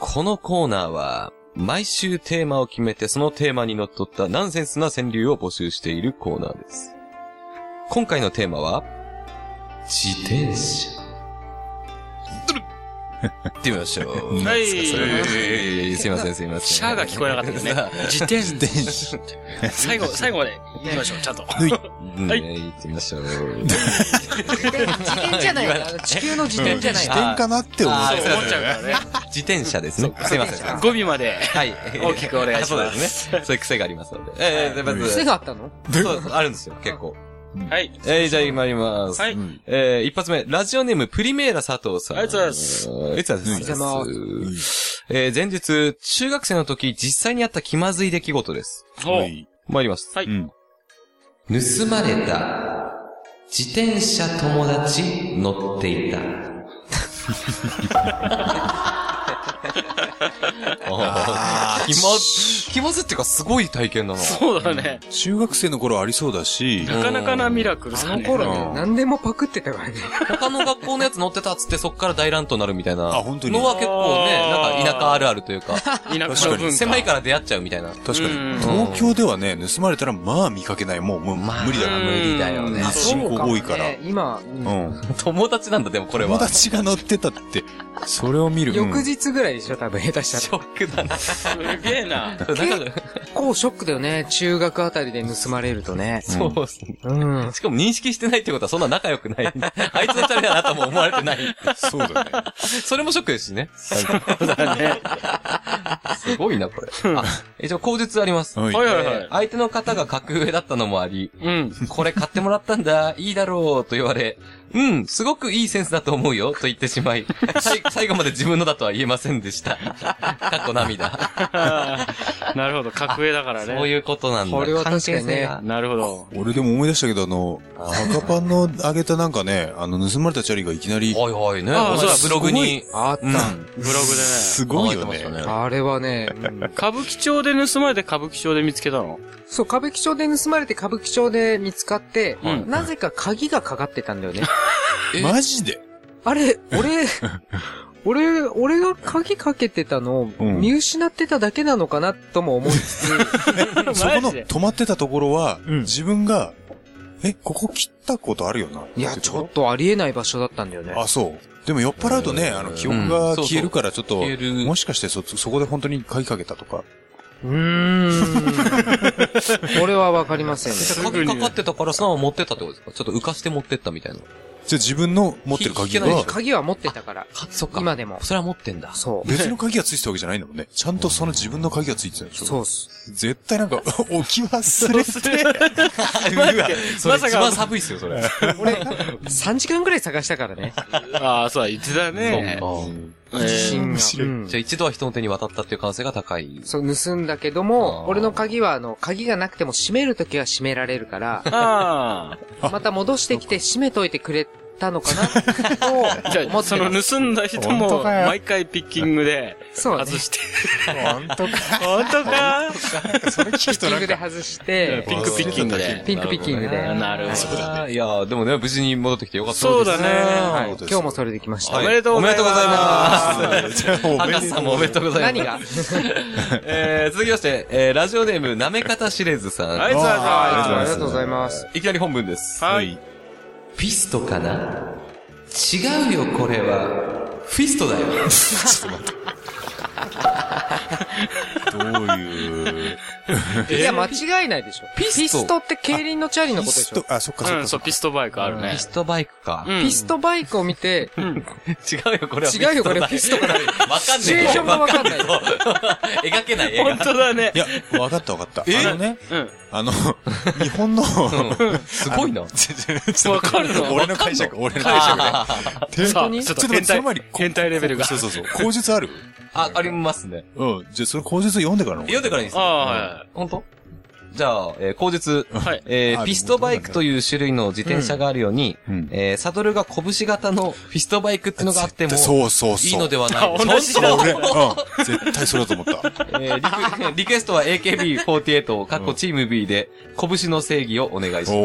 C: このコーナーは、毎週テーマを決めてそのテーマにのっとったナンセンスな川柳を募集しているコーナーです。今回のテーマは、自転車。 行ってみましょう。
F: はい
E: 何ですかそれ
C: えーすいません、すいません。
F: シャーが聞こえなかったですね。 自転車。最 後、最後まで行きましょう、ち ゃんと。
C: は。
F: はいい
C: 行ってみましょう。
D: 自転じゃないあの地球の自転じゃない
E: 自転かなって思う。
C: あ
F: そ
C: ー
F: う思っちゃうからね。
C: 自転車ですね。すいません。は
F: 語尾まで。
C: い。
F: 大きくお願いします
C: そうですね。そういう癖がありますので。えー、で、まず、
D: 癖があったの
C: そうですあるんですよ、結構。
F: はい。
C: えー、じゃあ参ります。
F: はい。
C: えー、一発目、ラジオネーム、プリメーラ佐藤さん。
F: ありがとうございます
C: ありがとうございます。
D: ありがとうござ
C: えー、前日、中学生の時、実際にあった気まずい出来事です。
F: ほう
E: はい
C: 参ります。
F: はい。
C: 盗まれた、自転車友達乗ってい た。気ま、気まずっていうかすごい体験だな。
F: そうだね。
E: 中学生の頃ありそうだし、
F: なかなかなミラクル
D: あ
F: だ
D: の
F: ね。
D: 頃
C: う
D: ね
C: ん、
D: 何でもパクってたからね。
C: 他の学校のやつ乗ってたっつってそっから大乱闘なるみたいな。
E: あ本当に
C: のは結構ね、
F: あー
C: なんか田舎あるあるという か、
F: 田舎の文化。
C: 狭いから出会っちゃうみたいな。
E: 確かに
F: うん。
E: 東京ではね、盗まれたらまあ見かけない。もうもう無理だ
F: うん
C: 無
E: な。
C: 理だよね
E: あ
D: そう
E: 人口
D: も
E: 多いから
D: ね今、
E: うん。
C: 友達なんだ、でもこれは。
E: 友達が乗ってたって、それを見る。
D: 翌日ぐらいでしょ多分下 手し
C: シ
D: た
C: ョ
D: ら。
C: ックだな。
F: すげえな。
C: なんか、
D: こうショックだよね。中学あたりで盗まれるとね。
C: そうっすね。
D: うん。
C: しかも認識してないってことはそんな仲良くない。あいつのためだなとも思われてない。
E: そうだね。
C: それもショックですしね。 すごいな、これ。あ、一応口述あります。
E: は
F: はいはいは
C: えー
F: い。
C: 相手の方が格上だったのもあり、
F: うん。
C: これ買ってもらったんだ、いいだろうと言われ、うん、すごくいいセンスだと思うよと言ってしまい、さい最後まで自分のだとは言えませんでした。過去涙。
F: なるほど、格上だからね。
C: そういうことなんだ。
D: これは確かにね
C: 関係性が
F: なるほど。
E: 俺でも思い出したけど、あの、赤パンのあげたなんかね、あの、盗まれたチャリがいきなり、
C: はいはいね。
F: あ
C: お
F: あ
C: 前ブログに。
D: あった。
C: うん
F: ブログでね。
E: すごいよ
C: 上がってまし
E: ね。
C: た
D: あれはね、うん
F: 歌舞伎町で盗まれて歌舞伎町で見つけたの。
D: そう、歌舞伎町で盗まれて歌舞伎町で見つかって、
F: うん
D: なぜか鍵がかかってたんだ よね。
C: え
E: マジで
D: あれ、俺、俺、俺が鍵かけてたのを
E: うん
D: 見失ってただけなのかなとも思い つつ、
E: そ
F: マ
E: この
F: ジで
E: 止まってたところは、
D: うん
E: 自分が、え、ここ切ったことあるよな。
D: いや、
E: て
D: ち
E: こと
D: ょっとありえない場所だったんだよね。
E: あ、そう。でも酔っ払うとね、あの、記憶
C: うん
E: が
C: そうそう
E: 消えるから、ちょっと、
C: 消える
E: もしかしてそ、そこで本当に鍵かけたとか。
D: う ーん。これはわかりませんね。
C: 鍵かかってたからそのまま持ってったってことですかちょっと浮かして持ってったみたいな。
E: じゃあ自分の持ってる
C: ひ
E: 鍵
C: 引けないでし
E: が
C: ょ、
D: 鍵は持ってたから。
C: かそっか。
D: 今でも。
C: それは持ってんだ。
D: そう。
E: 別の鍵がついてたわけじゃないんだもんね。ちゃんとその自分の鍵がついてたでしょ。
D: そうっす。
E: 絶対なんか、 置き忘れて。
C: うわ、それ
F: まさか
C: 一番寒いっすよ、それ。
D: 俺、3時間ぐらい探したからね。
F: ああ、そうだ、言ってたね。え
D: 自
F: ー
D: 信が。
E: 白い
D: うん
C: じゃあ一度は人の手に渡ったっていう可能性が高い。
D: そう、盗んだけど
C: あ
D: も、
C: ー
D: 俺の鍵は、あの、鍵がなくても閉めるときは閉められるから、
F: あ
D: また戻してきて閉めといてくれたのかな、と思って
F: あ。じゃあ、
D: ます
F: その盗んだ人
E: 本当
F: も、
E: かよ
F: 毎回ピッキングで、
D: そうね
F: 外して。
E: 本当か。
F: 本当か
E: それ聞く
D: ピッキ
E: とな
D: ン
E: ん
D: グで
E: か、
D: 外して、
F: ピンクピッキングで。
D: ピンクピッキングで。
F: あなるほど
C: そうだね。いやーでもね、無事に戻ってきてよかった
F: そうだ
C: ね。
D: は
F: ね。
D: い
E: そうです
D: 今日もそれできました。
C: はい
F: おめでとうございま
C: お
F: す
C: めでとうございます。
E: じゃあもう
C: 博士さんもおめでとうございます。
D: 何が
C: えー、続きまして、えー、ラジオネーム、なめかたしれずさん。
F: ありがとうございます。
D: ありがとうございます。
C: いきなり本文です。
F: はい。
C: ピストかな違うよ、これは。フィストだよ。
E: どういう。
D: いや、間違いないでしょ。
C: ピスト
D: ピストって競輪のチャリの
E: ピ
D: ことで
E: ス
D: しょ
E: ト。、あ、そっかそっ
F: う
E: か
F: ん、
E: そ
F: そう、
E: っか。
F: ピストバイクあるね
C: ピ。ストバイクか。
F: うん
D: ピストバイクを見て、
C: 違うよ、これは。
D: 違うよこれは
C: ピストだよ。わかんねえ。
D: シチュエーションがわかんない
C: わない。描けない、絵
F: 本
C: が。
F: 当だね
E: い。や、わかったわかった。あのね、
F: うん。
E: あの、 日本の、
C: すご いな。
F: わかるの
E: 俺の解釈、俺の解釈ね。
F: さあ
D: 当に
F: ちょっ
E: ちょ
F: と
E: っと
F: 変
E: 待ってそ
F: 態
E: の前にこ、
F: 変態レベルが
E: そうそうそう。口述ある
C: あ、ありますね。
E: うん。じゃあ、その口述読んでからの。
C: 読んでからいいです
F: あ
C: か
F: あ、は
C: 本当じゃあ、えー、口述。
F: い。はい。
C: えー
E: あ
C: ピストバイクという種類の自転車があるように、
E: うん
C: えーサドルが拳型のフィストバイクってのがあっても、
E: そうそうそう。
C: いいのではない
F: あ同じ
C: そ
E: そうう、俺、うん。絶対それだと思 った。
C: えーリクリクエストは AKB48 を、かっこチーム B で、拳の正義をお願いします。
E: お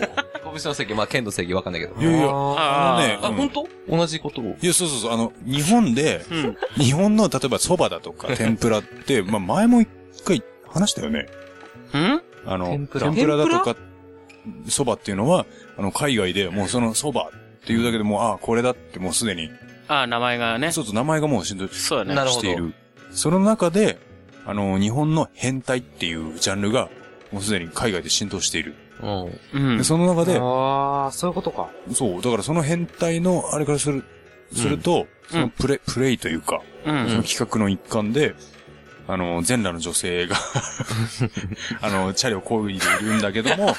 E: ー。
C: 拳の正義、まあ、剣の正義わかんないけど。
E: いやいや、
F: あ
E: あのね、
C: あ、
E: うん
C: 本当同じことを。
E: いや、そうそうそう、あの、日本で、
F: うん。
E: 日本の、例えば蕎麦だとか、天ぷらって、まあ、前も一回話したよね。
F: うん
E: あの、
C: 天
E: 天
C: ぷ
E: ぷ
C: ら
E: らだとか、蕎麦っていうのは、あの、海外で、もうその蕎麦っていうだけでもう、ああ、これだってもうすでに、
F: ああ、名前がね。
E: そうそう、名前がもうしんどい
F: そうだ
C: な
F: ね。
C: るほ
E: し
C: ど
E: ている。その中で、あの、日本の変態っていうジャンルが、もうすでに海外で浸透している。
C: うん。
F: うん
E: で、。その中で、
D: ああ、そういうことか。
E: そう、だからその変態の、あれからする、すると、そのプレ、プレイというか、
F: う
E: その
F: ん。
E: 企画の一環で、あの、全裸の女 性が、あの、チャリを漕いでいるんだけども、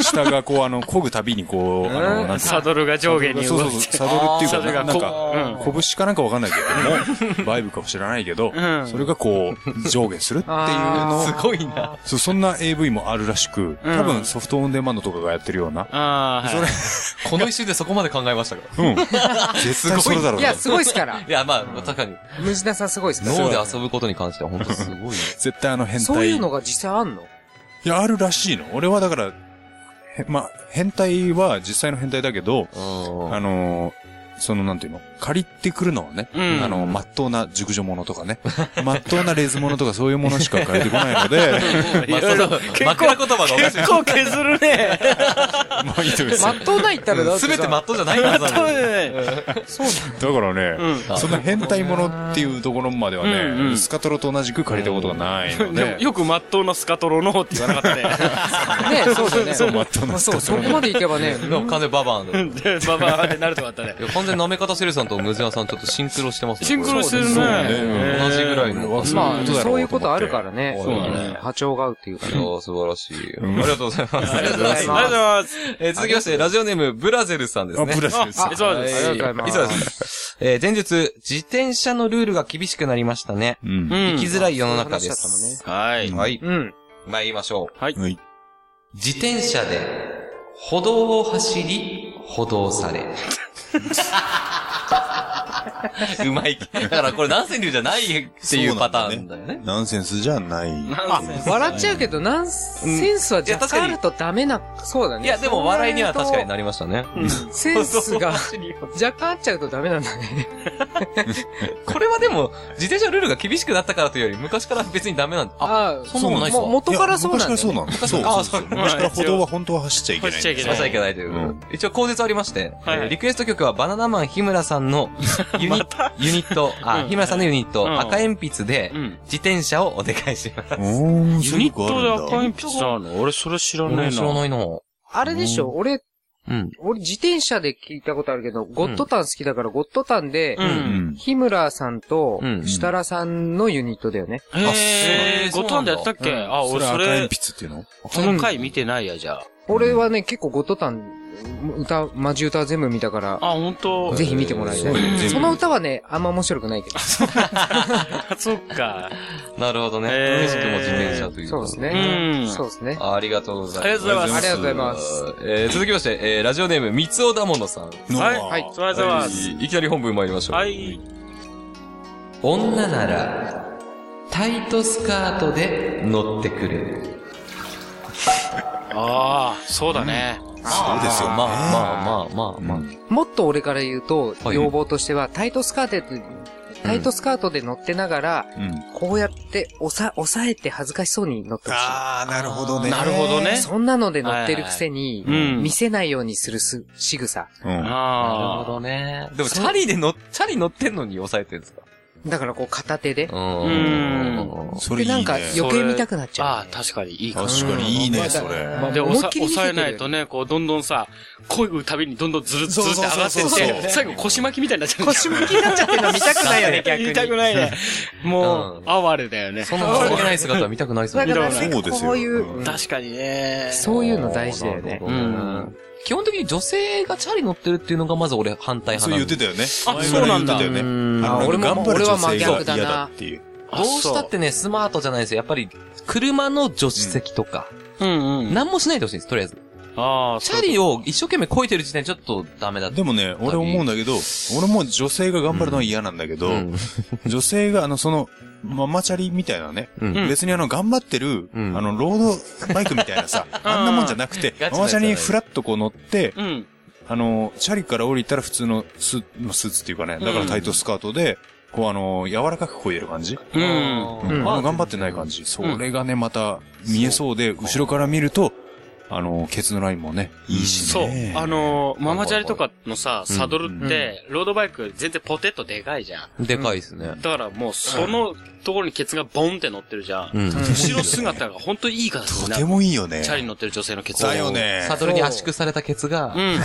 E: 下がこう、あの、漕ぐたびにこう、あの、なんていう
F: サドルが上下に
E: そう
F: 動
E: そ
F: いう
E: そう、
F: て。
E: サドルって
F: サ
E: い
F: ドル
E: うか、
F: が
E: なん
F: こ
E: か、
F: う、うん。
E: 拳かなんかわかんないけども、バイブかも知らないけど
F: うん、
E: それがこう、上下するっていうのを
C: す、ごいな。
E: そうそんな AV もあるらしく、
F: うん
E: 多分ソフトオンデマンドとかがやってるような、
F: ああ、はい。
C: この一周でそこまで考えましたか
E: うん。絶対それだろう
D: い
E: ね
D: や、すごいっすから
C: ら。い。や、まあ、確かに、
D: ムジナさんすごいっすから。
C: 脳で遊ぶことに関しては本当すごいな。
E: 絶対あの変態。
D: そういうのが実際あんの
E: いや、あるらしいの。俺はだから、へまあ、変態は実際の変態だけど、
C: うん
E: あのーその、なんていうの借りてくるのはね、
F: うん
E: あの、まっとうな熟女ものとかね、 まっとうなレズものとかそういうものし か借りてこないので、
C: まあ、その、
F: 結構
C: 枕言葉がおかしい。
F: 結構削るね。
E: まあいいと思います
D: まっとうないったらだ
C: すべてマ
D: ま
C: ットじゃないから
F: そう
C: さ。
F: だね。
E: だからね、
F: う
E: そんな変態ものっていうところまではね、
F: うんうん
E: スカトロと同じく借りたことがないの
F: ん。でも、
E: で、
F: よくまっとうなスカトロのって言わなかったね。
D: ねそうだよね。
E: そう、まっと
D: ま
E: うな
D: あ
E: ス
D: そう、
E: カト
D: そ
E: ロ
D: こまでいけばね、
C: でも完全ババアンだよ。い
F: で、ババアってなるとかあったね。
C: や完全なめ方セルさんとムズヤさんちょっとシンクロしてますね。
F: シンクロしてるね。
C: そうです
F: えー
C: 同じぐらいの。
E: そう
D: まあ、
E: いうことだろうと思って
D: そういうことあるからね。
E: そうだね
D: 波長が合うっていうか
C: い
D: ね
C: やー素晴らしい。ありがとうございます。
F: ありがとうございます。ありがとうございます。
C: えー続きまして、ラジオネーム、ブラゼルさんです
E: あ、
C: ね。
E: ブラシです。
F: あいつも
D: あ
F: で
D: り
F: す
D: がとうございます。
C: いつもです。えー前述、自転車のルールが厳しくなりましたね。
E: うん
F: う。
C: 生き
F: ん。
C: づらい世の中で
D: そういう話だっ
C: す。
F: はい。
C: はい。
D: うん。
C: 参りましょう。
F: はい。
E: はい。
C: 自転車で、歩道を走り、歩道さ れ。うまい。だからこれ南千流じゃないっていうパターンだよね。
E: ナンセンスじゃない。
D: 笑っちゃうけど、なん、センスは若干あるとダメな、そうだね。
C: いや、でも笑いには確かになりましたね。
D: に。センスが、若干あっちゃうとダメなんだね。
C: これはでも、自転車ルールが厳しくなったからというより、昔から別にダメなんだ。あ、
D: ああ、
C: そんなのないっすか
D: もう元からそうなんだ
E: いや昔か
D: よ
E: らそう
D: ね。
E: なんだ。そうそう
C: あ
E: そ
C: そうう
E: 昔から歩道は本当は走っちゃいけない。
F: 走っちゃいけ
C: しなきゃいけないという。
E: うん
C: 一応、口実ありまして、
F: はいは
C: え
F: い
C: ーリクエスト曲はバナナマン日村さん のユニユニット、あ、
F: うん
C: 日村さんのユニット、
F: うん
C: 赤鉛筆で
F: う、ん。
C: 自転車をお願いします。
E: おー
F: ユニットで赤
E: い。
F: 鉛筆なの俺それ知らねえ
C: 俺
F: な。
C: 知らないな。
D: あれでしょ、俺、
C: うん。
D: 俺自転車で聞いたことあるけど、ゴッドタン好きだから、ゴッドタンで、
F: う。
E: うんん。
D: 日村さんと
C: う、ん
D: 設楽さんのユニットだよね。
F: へえ、
C: そう
F: 五
C: なんだ
F: ターンでやったっけあ、
E: そ
F: 俺
E: れ
F: そ
E: 赤鉛
F: れ
E: 筆、っていうの
F: その回見てないや、じゃあ。
D: 俺はね、結構ゴッドタン、歌、マジ歌全部見たから、
F: あ、ほんと。
D: ぜひ見てもらいた
E: そうね
D: い。
E: 全部
D: その歌はね、あんま面白くないけど。
F: あ、そっか。
C: なるほどね。
F: へー
C: 嬉しくも自転車という
D: そ
C: こ
D: う
C: と
D: です
F: う
D: ね
F: ん。
D: そうですね。
C: ありがとうございます。
F: ありがとうございます
D: ありがとうございます。
C: えー続きまして、えーラジオネーム、三尾だものさん。
F: はい。
E: の
F: はい。それでは、
C: いきなり本文参りましょう。
F: はい。
C: 女なら、タイトスカートで乗ってくれ。
F: ああ、そうだね。
E: そうですよ。
C: まあまあまあまあま
D: もっと俺から言うと、
C: はい
D: 要望としては、タイトスカートで、タイトスカートで乗ってながら、
E: うん。
D: こうやって、押さ、押さえて恥ずかしそうに乗ってほし
E: あー、なるほどね。
F: なるほどね
D: い。。そんなので乗ってるくせに、
F: はいはいうん
D: 見せないようにするす仕草。
E: うん。
C: あ。なる
F: あ
C: ほどね。でも、チャリで乗、チャリ乗ってんのに抑えてるんですか
D: だからこう片手で。
C: う
F: ー
C: ん。
E: それ
D: で、
E: いいね。
D: なんか
F: よ
D: 余計見たくなっち
F: あ。あ
D: ゃ
F: あ、確かにいいかも。
E: 確かにいいね、それ。
D: う。まあ
F: で、
D: 思い
F: 押
D: っ
F: さ
D: きり見せ
F: 抑え
D: てるよ
F: ないとね、こう、どんどんさ、声打うたびにどんどんずるずるって上がって
E: そうそうそう
F: っ
E: そう
F: て、最後腰巻きみたいになっちゃうんだよ
D: 腰向きになっちゃってるの見たくないよね、逆に。
F: 言いたくないね。もう、哀れだよね。
C: そんな情けない姿は見たくないですも
D: だ
C: ん
D: か
C: ね。
D: ら
E: そう
D: ね、
E: ですよ
D: こういう
E: う、ん
D: うん
F: 確かにね。
D: そういうの大事だよね。
C: う
F: うん
C: ん。基本的に女性がチャリ乗ってるっていうのがまず俺反対派
E: そう
C: なん
E: 言っ
C: で
E: てたよね。
F: あそうなんだ
E: 前から言ってたよね。
D: ん
E: あの
D: あ俺も
E: 頑張
D: 俺
E: る女性
D: は真逆だ
E: が
D: な
E: 嫌だっていう。
C: どうしたって
F: ね。
C: ね、スマートじゃないですよ。やっぱり、車の助手席とか、
F: うんうん。
C: 何もしないでほしいんです、とりあえず。
F: ああ、
C: チャリを一生懸命こいてる時点でちょっとダメだって
E: で。もね、俺思うんだけど、俺も女性が頑張るのは嫌なんだけど、
C: うん
E: 女性が、あの、その、ママチャリみたいなね、
C: うん
E: 別にあの、頑張ってる、
C: うん
E: あの、ロードバイクみたいなさ、あんなもんじゃなくて
C: ガ、チ
E: マ
C: なや
E: マ
C: つ
E: チ
C: じゃ
E: ャ
C: ない
E: リにフラッとこう乗って、
F: うん。
E: あの、チャリから降りたら普通のスーツ、スーツっていうかね、だからタイトスカートで、こうあの、柔らかくこいでる感じ、
F: うん。
E: うん
D: うん
E: あの頑張ってない感じ。それがね、また、見えそうで、後ろから見ると、あの、ケツのラインもね、いいし
F: そう
E: ね。。
F: あのー、ママチャリとかのさ、サドルって、ロードバイク全然ポテッとでかいじゃん。
C: でかいですね。
F: だからもう、そのところにケツがボンって乗ってるじゃん。
C: うん。
F: 後ろ姿が本当にいい形に
E: と
F: な
E: て
F: る。
E: もいいよね。
F: チャリに乗ってる女性のケツ
E: だよ。ね
C: サ。ドルに圧縮されたケツ
F: う
C: が、
F: ん。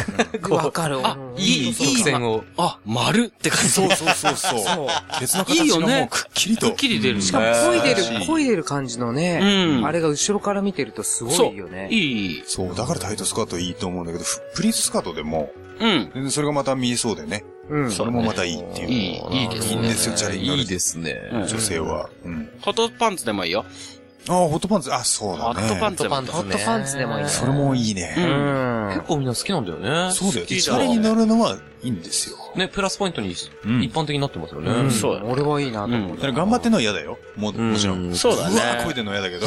D: わかる。
F: あ、いい、いい。
C: 直線を。
F: あ、丸って感じ。
E: そうそうそうそう。ケツの
F: いい
E: 形
F: よ
E: がも
F: ね
E: うくっきりと。
F: くっきり出る。
D: しかも、漕いでる
E: 素晴らし、い
D: 漕いでる感じの
F: う
D: ね、
F: ん。
D: あれが後ろから見てるとすご
F: そう
D: いよね。
F: いい。
E: そう、だからタイトスカートいいと思うんだけど、フプリーススカートでも、
F: うん。
E: 全然それがまた見えそうでね。
D: うん。
E: それもまたいいっていう。
F: いい、いいです
E: いいん
F: ね。
E: ですよ、チャリに乗る。
C: いいですね。
E: 女性は。うん。
F: ホットパンツでもいいよ。
E: ああ、ホットパンツ。あ、そう
F: ホ
E: だね。
F: ットパンツでもいい。
D: ホットパンツでもいいね
E: それもいいね。
D: う
F: うん
D: ん。
C: 結構みんな好きなんだよね。
E: そうだよ。
F: 好き
E: チ
F: だわ
E: ャリに乗るのはいいんですよ。
C: ね、プラスポイントに一
A: うん
C: 般的になってますよね。
D: ん
F: そうだね
D: 俺はいいなと思う。
A: だから頑張ってんのは嫌だよ。も、もちろん。
F: そうだね
A: うわー、声でんの嫌だけど。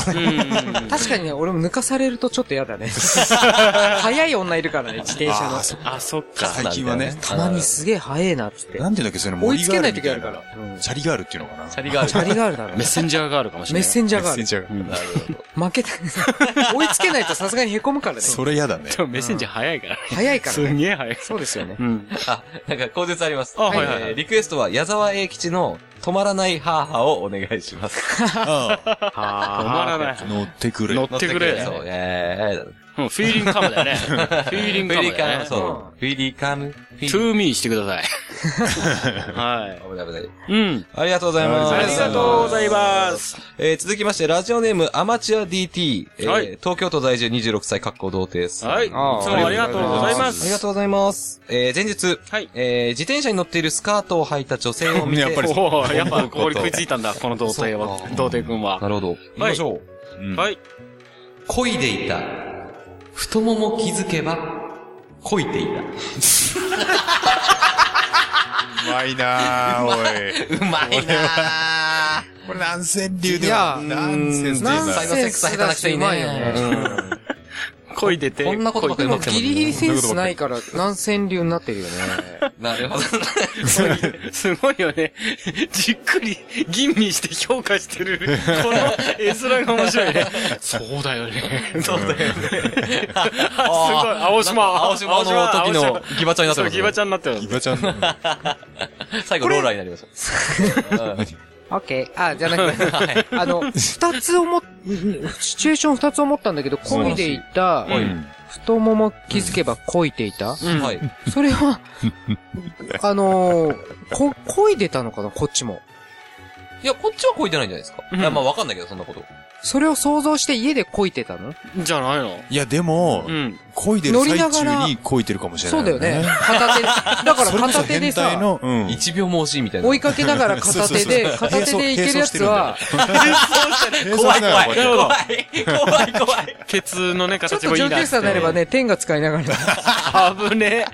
F: うん
D: 確かにね、俺も抜かされるとちょっと嫌だね。速い女いるからね、自転車の
A: あー。そ
F: あ、そっか。
A: 最近はね。
D: たまにすげえ速えなっつって。
A: なんていうんだっけ、そういうの、
D: 追い
A: 森
D: つ
A: ガ
D: け
A: ー
D: ない
A: ル
D: 時
A: みた
D: ある
A: い
D: から
A: な。。チャリガールっていうのかな。
C: チャリ がある
D: チ。ャリガールだろう
F: メッ
D: ね。
F: センジャーガールかもしれな
D: メッ
F: い。
D: センジャー
A: メ
D: ガ
A: ッセン
D: ー
A: ジャーガール。
D: ル。負けた。追いつけないとさすがに凹むからね。
A: それ嫌だね。
F: でもメッセンジャー早いから。
D: 速いから
F: す
D: ね。
F: げえ早い。
D: そうですよね
F: う。ん。
C: あ、なんか、口説あります。
F: あはいはい
C: えーリクエストは、矢沢永吉の、止まらないハーハーをお願いします。
A: ああ
F: 止まらない。
A: 乗ってくれ。
F: 乗ってくれ。
C: そう、えー
F: うんフィーリングカムだね。フィーリング
C: フ
F: カ
C: ィ
F: ム
C: リ
F: だ
C: カム、
F: ね。
C: そう。フィリカム、フィリ
F: トゥーミーしてください。は
C: 危ない危ない。
F: い。うん。
C: ありがとうございます。
F: ありがとうございます。
C: えー続きまして、ラジオネーム、アマチュア DT。えー
F: はい
C: 東京都在住26歳、格好童貞さん。
F: はい。い
C: あ
F: つもありがとうござい
C: り
F: ま
C: が
F: す。
C: とうございます。えー前日、
F: はい
C: えー自転車に乗っているスカートを履いた女性を見て、
A: やっぱりそう
F: おお、やっぱここに食いついたんだ、この童貞は
C: そうか、
F: 童貞くん
C: な
F: は。
C: るほど。行きましょう。
A: うん
F: はい。
C: 漕いでいた。太もも気づけば、漕いでいた。
A: うまいなー、おい。
C: うまいなぁ。
A: これ、南千流で
D: いや
A: は。
D: ー
A: 南千流
D: ナン
A: だ
D: セ
C: 才
D: ン
A: よ。
C: 能セックス下手な人いねえ
D: うまいよ
C: よね。
F: こいでて。
C: こんなことばっか
D: で
C: り
D: も
C: 乗っても
D: ギリギリセンスないから、南千流になってるよ ね。
C: なるほ ど。
F: すごいよね。じっくり吟味して評価して る。この絵面が面白いね。そうだよね。そうだよね。すごい。青島。
C: 青島の時の
F: 青島
C: ギバちゃんになってますね
F: そうギバちゃんになってます
A: ギ。バちゃんの。
C: 最後、ローラーになりました。
D: オッケー。あ、じゃなく て、あの、二つ思っ、シチュエーション二つ思ったんだけど、漕いでいた、
A: うん
D: 太もも気づけば漕いでいた、
F: うん
C: はい。
D: それ は、あのー、こ、漕いでたのかなこっちも。
C: いや、こっちはこいでないんじゃないですか。
F: うん
C: いや、まあわかんないけど、そんなこと。
D: それを想像して家で漕いでたの
F: じゃないの
A: いや、でも
F: う、ん。
A: 漕いでる
D: 乗り
A: 最
D: ながら
A: 中に漕いてるかもしれな
D: そ
A: いう
D: だよね。。片手、だから
A: それこそ
D: 片手で
A: 変態
D: さ、
A: の、うん。
C: 一秒も惜しいみたいな。
D: 追いかけながら片 手で、
A: そうそうそう
D: 片手でいけるやつは、
C: 怖い怖い。
A: い。
C: 怖い。怖い怖 い。
F: ケツのね、
D: ちょっ
F: 形
D: と
F: もいい
D: 上
F: な
D: 級
F: っ
D: 者になればね、天が使いながら、
F: て。危ね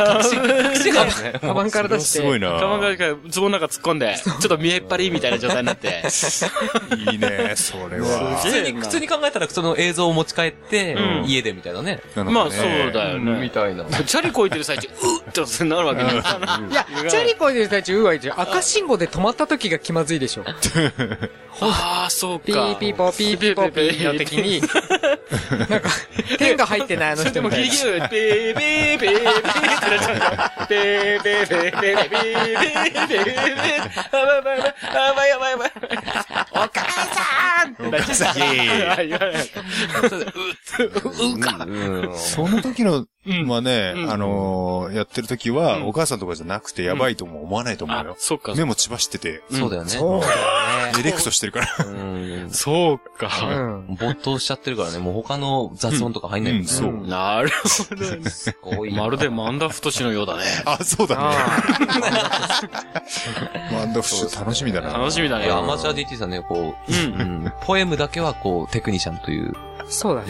F: え。
C: 口がね。
D: カバンから出して。
A: すごいな
F: カバンからズボンの中突っ込んで、ちょっと見えっ張りみたいな状態になって。
A: いいね、それは。
C: 普通に、普通に考えたら、その映像を持ち帰って、
F: うん
C: 家でみたいなね。
F: まあそうだよね。
C: たいな。
F: チャリこいてる最中、うっってなるわけね。
D: いや、チャリこいでる最中、うわいじゃん赤信号で止まった時が気まずいでしょ。
F: ああ、そうか。
D: ピーピーポーピーピーポーピーの時に、なんか、天が入ってないあ
F: そ
D: の
F: れで
D: 人
F: も
D: み
F: ギ
D: た
F: リギ
D: いな
F: リ。だよ。ピーピーピーピーってなっちゃう。ピーピーピーピーピーピーピーピーピーピーあ、やばいやばいやばいやばい。お母さんってなっちゃう。言わない。
A: その時の、まあね、
F: うん
A: あのーやってる時
F: う
A: は、
F: ん
A: お母さんとかじゃなくて、やばいとも思わないと思う
F: あ
A: よ、。
F: そっか。
A: 目も血ばしてて、
C: そうだよね。
D: そう
A: ディレクトしてるから。
C: うん。
F: そう
D: う
F: か。
D: ん。
C: 没頭しちゃってるからね、もう他の雑音とか入んないもんね。
A: うんそう
F: なるほど。
C: すごいな。
F: まるで漫画太のようだね。
A: あ、そうだね。
D: あ あ
A: バンドフッシュ楽しみだな。
F: 楽しみだ
C: い
F: ね。
C: や、アマチュア DT さんね、こう、
F: うん
C: うんポエムだけはこう、テクニシャンという、ね、
D: そうだね。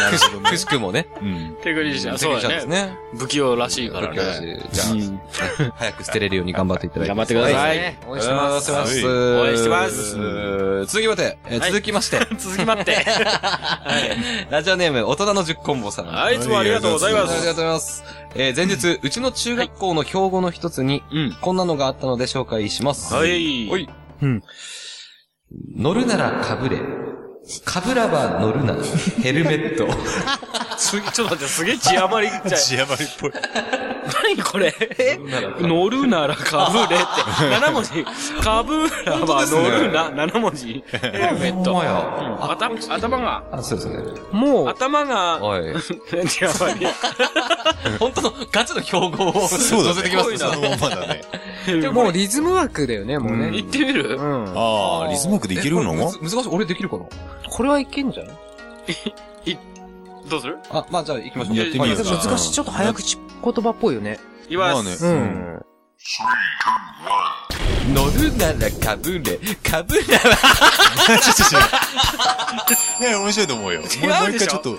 A: なるほどね
C: くしくもね、
A: うん。
F: テクニシャ
C: テク
F: ン、そ
C: ニ
F: う
C: シャンで
F: だ
C: す
F: ね。
C: ね。
F: 不器用らしいから
C: 不器用らし
F: ね。
C: いじゃあ
F: うん
C: 早く捨てれるように頑張っていただいて。
F: 頑張ってくだ
C: は
F: さ
C: い。
F: い。
D: 応援してます。
A: ありがとうございます
C: 応
F: 応援してます
C: 続きまして、えー
F: はい
C: 続きまして、
F: 続き待って。
C: ラジオネーム、大人の10コンボさん。
F: はい、いつもありがとうございま
C: ありがとう
F: す。
C: ございます。えー前日、うちの中学校の標語の一つに、
F: うん。
C: こんなのがあったので紹介します。
F: はい。
C: おい。うん。乗るならかぶれ。かぶらば乗るな。ヘルメット。
F: すちょっと待って、すげえ血余りじゃ
A: 血余りっぽい。
F: ないこれ。え 乗るならか ぶれって。7文字。かぶらは乗る な。7文字。ヘルメッ
C: ほん
F: ト
C: ま。や
F: 頭、頭が、
C: あ、そうですね。
D: もう、
F: 頭 が、
C: おい。
F: 血余り。
C: 本当のガチの標語を
A: そうだね。
C: 載せてきますね。
A: そのままだね。
D: もうリズム枠だよね、もうね。
F: 行ってみる
D: うん。
A: ああ、リズムよくできるの
C: えこれむず難しい。俺できるかな
D: これはいけんじゃない
F: どうする
C: あ、まあじゃあ行きましょう。
F: やってみ
C: はい
A: よう
D: でも難しい。ちょっと早口言葉っぽいよね。
F: い
A: ま
F: わ
A: あね。
D: うん。
C: 乗るならかぶれ。かぶらば
A: ちょちょちょ。ね面白いと思うよ。もうもう一回ちょっと。
F: 違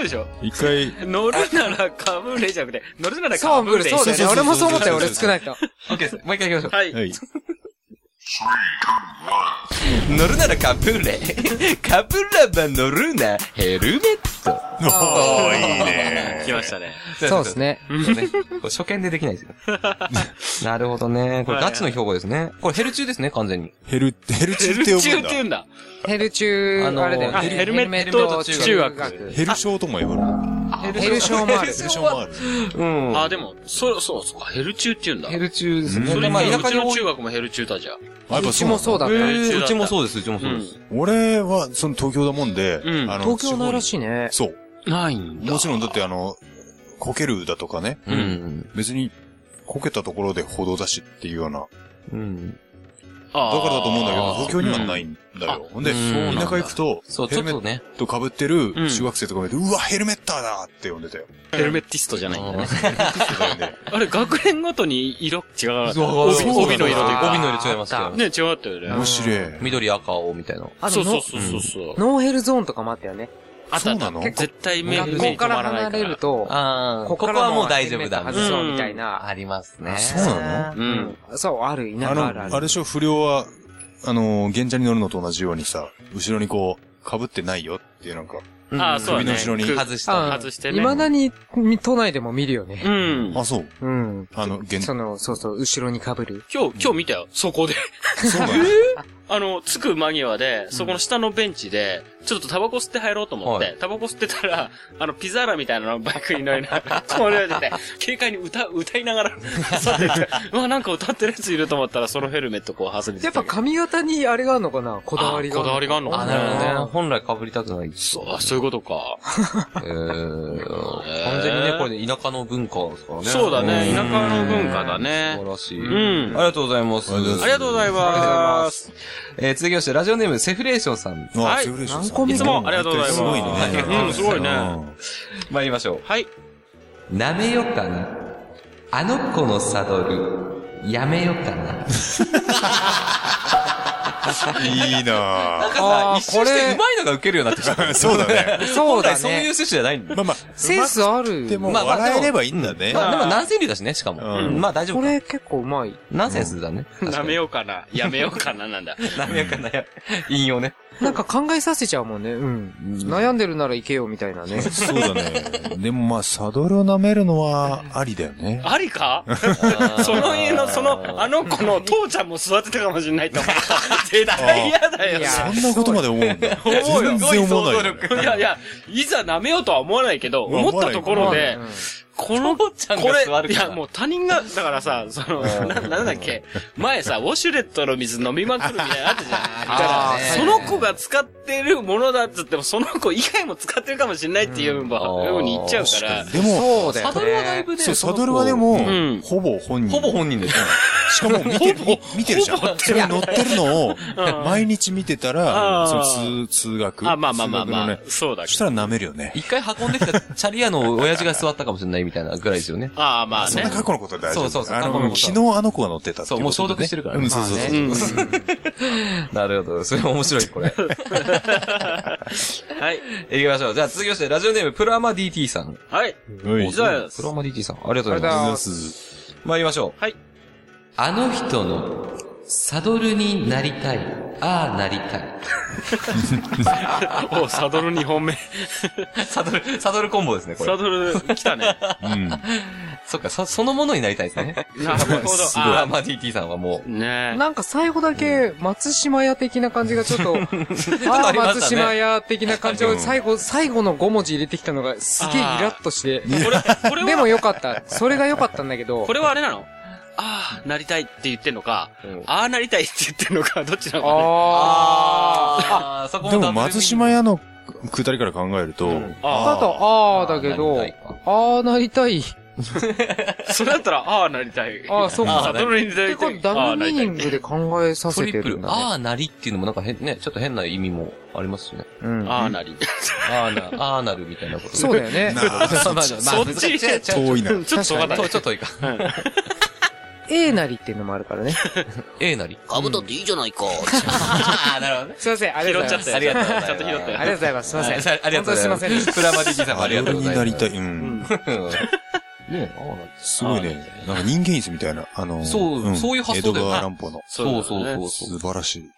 F: うでしょ
E: 一回、
F: 乗るならかぶれじゃなくて、乗るなら
D: そ
F: か
D: う、
F: ぶ
D: ブ
F: れ。
D: ル、そうだよね。
E: そう
D: 俺
E: そうそう
D: もそう思ったよ、
E: そう
D: 俺
E: そう
D: 少
E: そう
D: ないと。
C: オッケーです。もう一回行きましょ
F: はい。
E: はい。
C: う。乗るならカブレ。カブラバ乗るな、ヘルメット。
E: おー、いいね。
F: 来ましたね。
D: そうですね。
C: そうね。これ初見でできないですよ。なるほどね。これガチの標語ですね。これヘル中ですね、完全に。
E: ヘル、ヘルチ
F: ヘ
E: っ
F: ル
E: て
F: チ
E: 呼
F: ュー
E: ぶん
F: って言うん
E: だ。
F: だ。
D: ヘル中、
C: あのー
D: あれだよ
F: あ
D: ね。
F: ヘルメット中学。
E: ヘル症とも呼ばれる。
D: ヘル症もある。
E: ヘル症もある。
C: うん。
F: あ、でも、そう、そう、そうか、ヘルチューって言うんだ。
C: ヘル中ですね。
F: それ
C: ま
F: ま
C: あ、
F: あ、
C: 田
F: う
C: 舎
F: ち
C: に多
F: の
C: い
F: 中。学もヘルチューだじゃん。
E: あやっ
D: う
E: ぱ
D: ち
E: そうな
D: も
E: んだ。
D: そうだっ
C: え
D: た。
C: ーうちもそうです、うちもそうです。
E: 俺は、その東京だもんで、
F: うん
E: あの
D: 東京ないらしいね。
E: そう。
F: ないん
E: もちろんだってあの、こけるだとかね、
C: う。
F: うん
E: 別に、こけたところで歩道だしっていうような、だ
C: うん。
F: あ
E: か
F: ー
E: らだと思うんだけど、東京にはないんだよ。ほんで、
C: そうなんだ
E: 田舎行くと、
C: そう、
E: ヘ
C: ちょ
E: ル
C: っ
E: メ
C: と
E: ッ
C: ね。
E: ト被ってる中学生とか見て、うわ、ヘルメッターだって呼んでたよ。
F: ヘルメッティストじゃないんだね。
E: そ
F: あれ、学年ごとに 色違うなかった。
E: そう
F: 帯
E: そう
F: 帯の色というか。
C: 帯の色違いますけど。
F: ね、違かったよね。
E: 面白い。
C: 緑、赤、青みたいな。
D: あ
F: そ
D: と
F: うそ
D: ノ
F: う、そうそう。
D: ノーヘルゾーンとかもあったよね。
F: あったあった
E: そうなの
F: 絶対目、
D: 学
F: 目
D: 校
F: に
D: か
F: 止ま
D: ら
F: らない
D: 離
F: から。
D: れると、
C: あここはもう大丈夫だ。
D: ここからもう
F: ん
D: ヘルメット外そうみたいな。
C: ありますね。
E: そう
F: の
E: な
F: うん
D: うん。そう、ある、いないあ
E: あ
D: るあ
E: の、あれ
D: る。
E: でしょ、不良は、あの、現車に乗るのと同じようにさ、後ろにこう、被ってないよっていうなんか、
C: うん
F: ああ、そうだね。
E: 首の後ろに
F: く
C: 外し
D: あ
C: た。
F: 外してね。
D: 未だに、都内でも見るよね
F: う。ん。
E: あ、そう。
D: うん。
E: あの、現、そ
D: その、そうそう、後ろに被る。
F: 今日、今日見たよ、そこで。
E: うなんだ。
F: あの、着く間際で、そこの下のベンチで、ちょっとタバコ吸って入ろうと思っ
C: は
F: て、タバコ吸ってたら、あの、ピザーラみたいなのバイクに乗りながら、これでね、軽快に歌、歌いながら、 去ってって、うわ、なんか歌ってるやついると思ったら、そのヘルメットこう外れてて
D: やっぱ髪型にあれがあるのかなこだわりが。
F: あこだわりがあるのか
C: あ、
F: な
C: なるほどね。本来被りたくない。
F: そう、あそういうことか。
C: えー完全にね、これね、田舎の文化ですからね。
F: そうだね、
C: ん
F: 田舎の文化だね
C: 素。晴らしい。
F: うん
C: ありがとうございます。
E: ありがとうご
F: ありがとうございます。
C: えー続きまして、ラジオネーム、セフレーションさん。
E: あ
F: はい
E: セフレーションさん
D: 何個目
F: いつもありがとうございます。
E: すごいね。
F: うん、すごいね。
C: 参りましょ
F: はい。
C: う。なめよかな。あの子のサドル、やめよかな。
E: いいな
D: あー
C: 一瞬してうまいのがウケるようになってきた。
E: ぁ。 そうだ ね。
D: そうだ
C: 本来そういう
D: ね。
C: 趣旨じゃないんだ。
E: まあまあ、
D: センスある。
E: でも、
C: まあまあ
E: 笑えればいいんだね。
C: まあ、でも、南千流だしね、しかも。
E: うん
C: うんまあ、大丈夫
D: こ
C: か。
D: れ結構うまい。
C: ナンセンスだね。
F: なめ
C: よ。
F: ようかな。やめようかな、なんだ。
C: なめよかな。引用ね。
D: なんか考えさせちゃうもんね。うん。悩んでるなら行けよ、みたいなね。
E: そうだね。でもまあ、サドルを舐めるのはありだよね。
F: ありか その家の、その、あの子の父ちゃんも育てたかもしれ ないと思った。絶対嫌だよ。
D: いや
E: そんなことまで思うんだ。
F: 思うよ
E: 全然思わないよね。
F: いやいや、いざ舐めようとは思わないけど、思ったところで
D: うん、
F: この、こ
C: 父ちゃんが座る
F: れ、い
C: から
F: や、もう他人が、だからさ、その、な、なんだっけ、前さ、ウォシュレットの水飲みまくるみたいなのあったじゃん。だ
D: あ
F: か
D: ー
F: ら、その子が使ってるものだっつっても、その子以外も使ってるかもしれないっていうふうに言っちゃうから、
E: でも、
D: そうだよね。
C: ぶ
E: そう、サドルはでも
F: ん、
E: ほぼ本人。
C: ほぼ本人ですね。
E: しかも見てる、み見てるじゃん。それ乗ってるのを、毎日見てたら、
F: あー
E: その通、通学。
F: あ、まあまあまあ
E: 通学
F: ま
E: の
F: あ
E: ね、
F: そうだ
E: そ
F: け
E: し
F: ど。
E: たら舐めるよね。
C: 一回運んできたチャリ屋の親父が座ったかもしれないみたいなぐらいですよね。
F: ああ、まあ
E: そん
F: ね
E: な。過去のことは大丈夫。
C: そうそうそう
E: あ
C: 過去の
E: の、
C: こ
E: 昨
C: とは
E: 日あの子が乗ってたって
C: そ
E: い
C: う、もう消毒してるから
E: う
C: ね
E: ん、。そうそうそう。
C: なるほど。それ面白い、これ。
F: はい。
C: 行きましょう。じゃあ続きまして、ラジオネーム、プラマ DT さん。
F: はい。
E: はい
F: じゃあ
C: プラマ DT さん、ありがとうござい
D: ありがとうござい
C: ま。
D: ます
E: す
C: 参りましょう。
F: はい。
C: あの人の、サドルになりたい。ああ、なりたい。
F: お、サドル2本目。
C: サドル、サドルコンボですね、こ
F: サ
C: れ。
F: ドル来たね。
E: うん。
C: そっか、そ、そのものになりたいですね。
F: なるほど。
C: プラ
F: あ
C: マ DT さんはもう。
F: ねえ。
D: なんか最後だけ、松島屋的な感じがちょっと、
C: と
D: あ
C: あ
D: あ、
C: りましたね
D: 松島屋的な感じを最後、最後の5文字入れてきたのがすげえイラッとして。
F: これ、これ
D: で
F: は
D: も、よかった。それが良かったんだけど
F: こ。れはあれなのああ、なりたいって言ってんのか、
C: うん
F: ああなりたいって言ってんのか、 どっちなのかね。
D: ああ。
C: あー、そこ
E: でも、松島
C: 屋
E: 屋の下りから考えると、
D: あ
E: あ
D: と、ああだけど、ああなりたい。
F: それだったら、ああなりたい。
D: ああ、そう
F: サ
D: か。
F: ドルにな
D: って
F: り
D: こ
F: た
D: と
F: い。
D: ダ
F: ああ
D: ブ
F: な
D: ル
F: り
D: ミ
F: たい
D: ーニングで考えさ
C: ト
D: せ
C: リ
D: て
C: プ
D: るん
C: ル、
D: だね。
C: ああ、なりっていうのもなんか変、ね、ちょっと変な意味もありますしね。
D: うん
F: ああなり。
C: ああな、ああなるみたいなこと。
D: そうだ よね。
C: まあまあまあ
F: そっち
C: 違う違う違う
E: 遠いな。
F: ちょっとわかんない
C: と。ちょっといいか。
D: A なりっていうのもある からね。
C: A なり。
B: かぶったっていいじゃないか。
F: あーなるほどね。
D: すいません、あり
F: 拾
D: がと
F: っ
D: うご
F: ち
D: ざ
F: ゃ
D: いま
F: っ
D: す。
F: たよ。ちゃんと拾ったよ
D: ありがとうございます。すいません。
C: はいありがとうございます。
D: 本当にすいませんでした
C: プラマディジさんもありがとうございます。
E: になりたい。うん。
C: うんね
E: すごいね。なんか人間椅子みたいな、あのー、
C: そうんそういう発想だ
E: 江
C: よ
E: 戸
C: ね
E: 川乱歩の。
C: そうそう
F: だね
C: そうそ
E: 素晴らしい。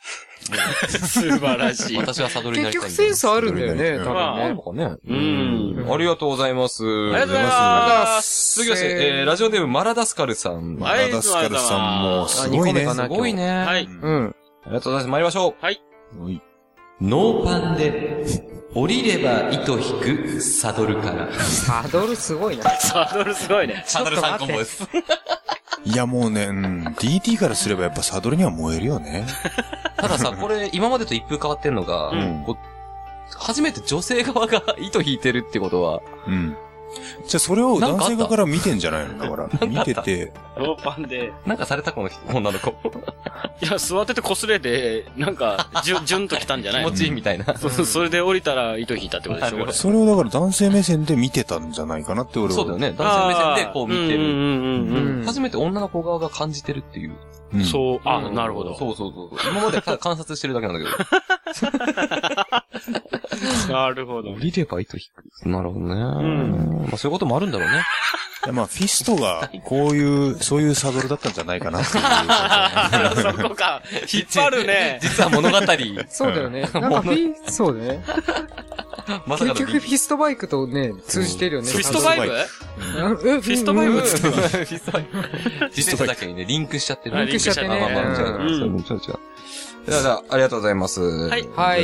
F: 素晴らし
C: う。
F: い。
C: 私はサドルにな
D: 結
C: りたいんだ。
D: 局センスあるんだよね、
E: うん
D: 多
F: ま
D: 分
F: あ
C: か
D: ね。
C: ね。う
F: うん
C: ん。ありがとうございます。あ
F: ありがとうございます。
C: 続きまして、えー、ラジオネームマラダスカルさん。
E: マラダスカルさんもすごいね。
D: あ二個目かな
C: すごいね。
F: は
C: はい。
F: い。
D: うん。
C: ありがとうございます。参りましょう。
F: はい。
E: はい
C: ノーパンで、降りれば糸引くサドルから。
D: サドルすごいな。
F: サドルすごいね。
C: サドル3個もです。
E: いやもうね、うん DT からすればやっぱサドルには燃えるよ ね。
C: たださ、これ、今までと一風変わってんのが、
E: ん
C: こう初めて女性側が糸引いてるってことは、
E: うん。じゃあそれを
C: なんかあ
E: 男
C: った
E: 性側から見てんじゃないのだから。見 てて、
F: ノーパンで。
C: なんかされたこの人女の子。
F: いや、座ってて擦れて、なんか、じゅ、じゅんと来たんじゃな
C: 気
F: い
C: 持
F: の
C: ちいいみたいな。
F: そそれで降りたら糸引いたってことでしょ、これ。
E: それをだから男性目線で見てたんじゃないかなって俺は。
C: そうだよね。男性目線でこう見て
F: うん
C: る。
F: うんうんうん
D: うん
C: 初めて女の子側が感じてるっていう。
E: うん。
F: そう、あ、なるほど。
C: そうそうそうそう。今までただ観察してるだけなんだけど。
F: なるほ ど
C: 降。りれば糸引く。なるほどね。
F: ん
C: まあそういうこともあるんだろうね。
E: いやまあフィストがこういう、そういうサドルだったんじゃないかなっていうことだね。
F: あそこか。引っ張る ね。
C: 実は 物語、
D: そうだよね。なんかフィ、そうだね。
C: まさ
D: 結
C: かの
D: 局 フィストバイクとね、通じてるよね。
F: フィストバイブ
D: うんえフ
F: ィストバイブ
D: うん
F: つっ
C: 実際だけにね、リンクしちゃってる。
F: リンクしちゃってね
C: まあまあまあ、じゃあ、
F: うん
C: そういうの違う違う。じゃあじゃあ、ありがとうございます。はい
D: はい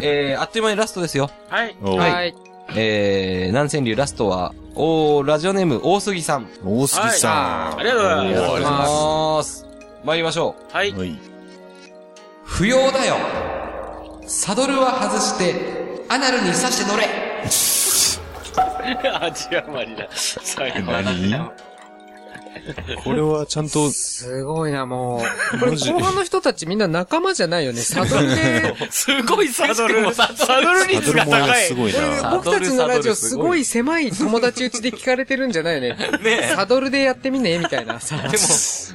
C: えー、あっという間にラストですよ。
F: はい。
E: おう
D: はい。
C: えー、南千流ラストは、おー、ラジオネーム、大杉さん。
E: 大杉さん。
F: ありがとうございます
E: おうありがとうござい
D: ま
E: ます
C: ます。参りましょう。
F: はい。
E: はい。
C: 不要だよ。サドルは外して、アナルに刺して乗れ。
F: 味余りだ。最後。
E: 何これはちゃんと、
D: すごいな、もう。これ、
E: マジ
D: 後半の人たちみんな仲間じゃないよね。サドルで、
F: すごいサドル。サドル
E: サド
F: 率
E: ル
F: が
E: 燃えが
F: 高い
E: す。ごい
D: これ
E: な。
D: 僕たちのラジオすごい狭い友達うちで聞かれてるんじゃないよね。 サドルでやってみね、みたいな。
C: で も、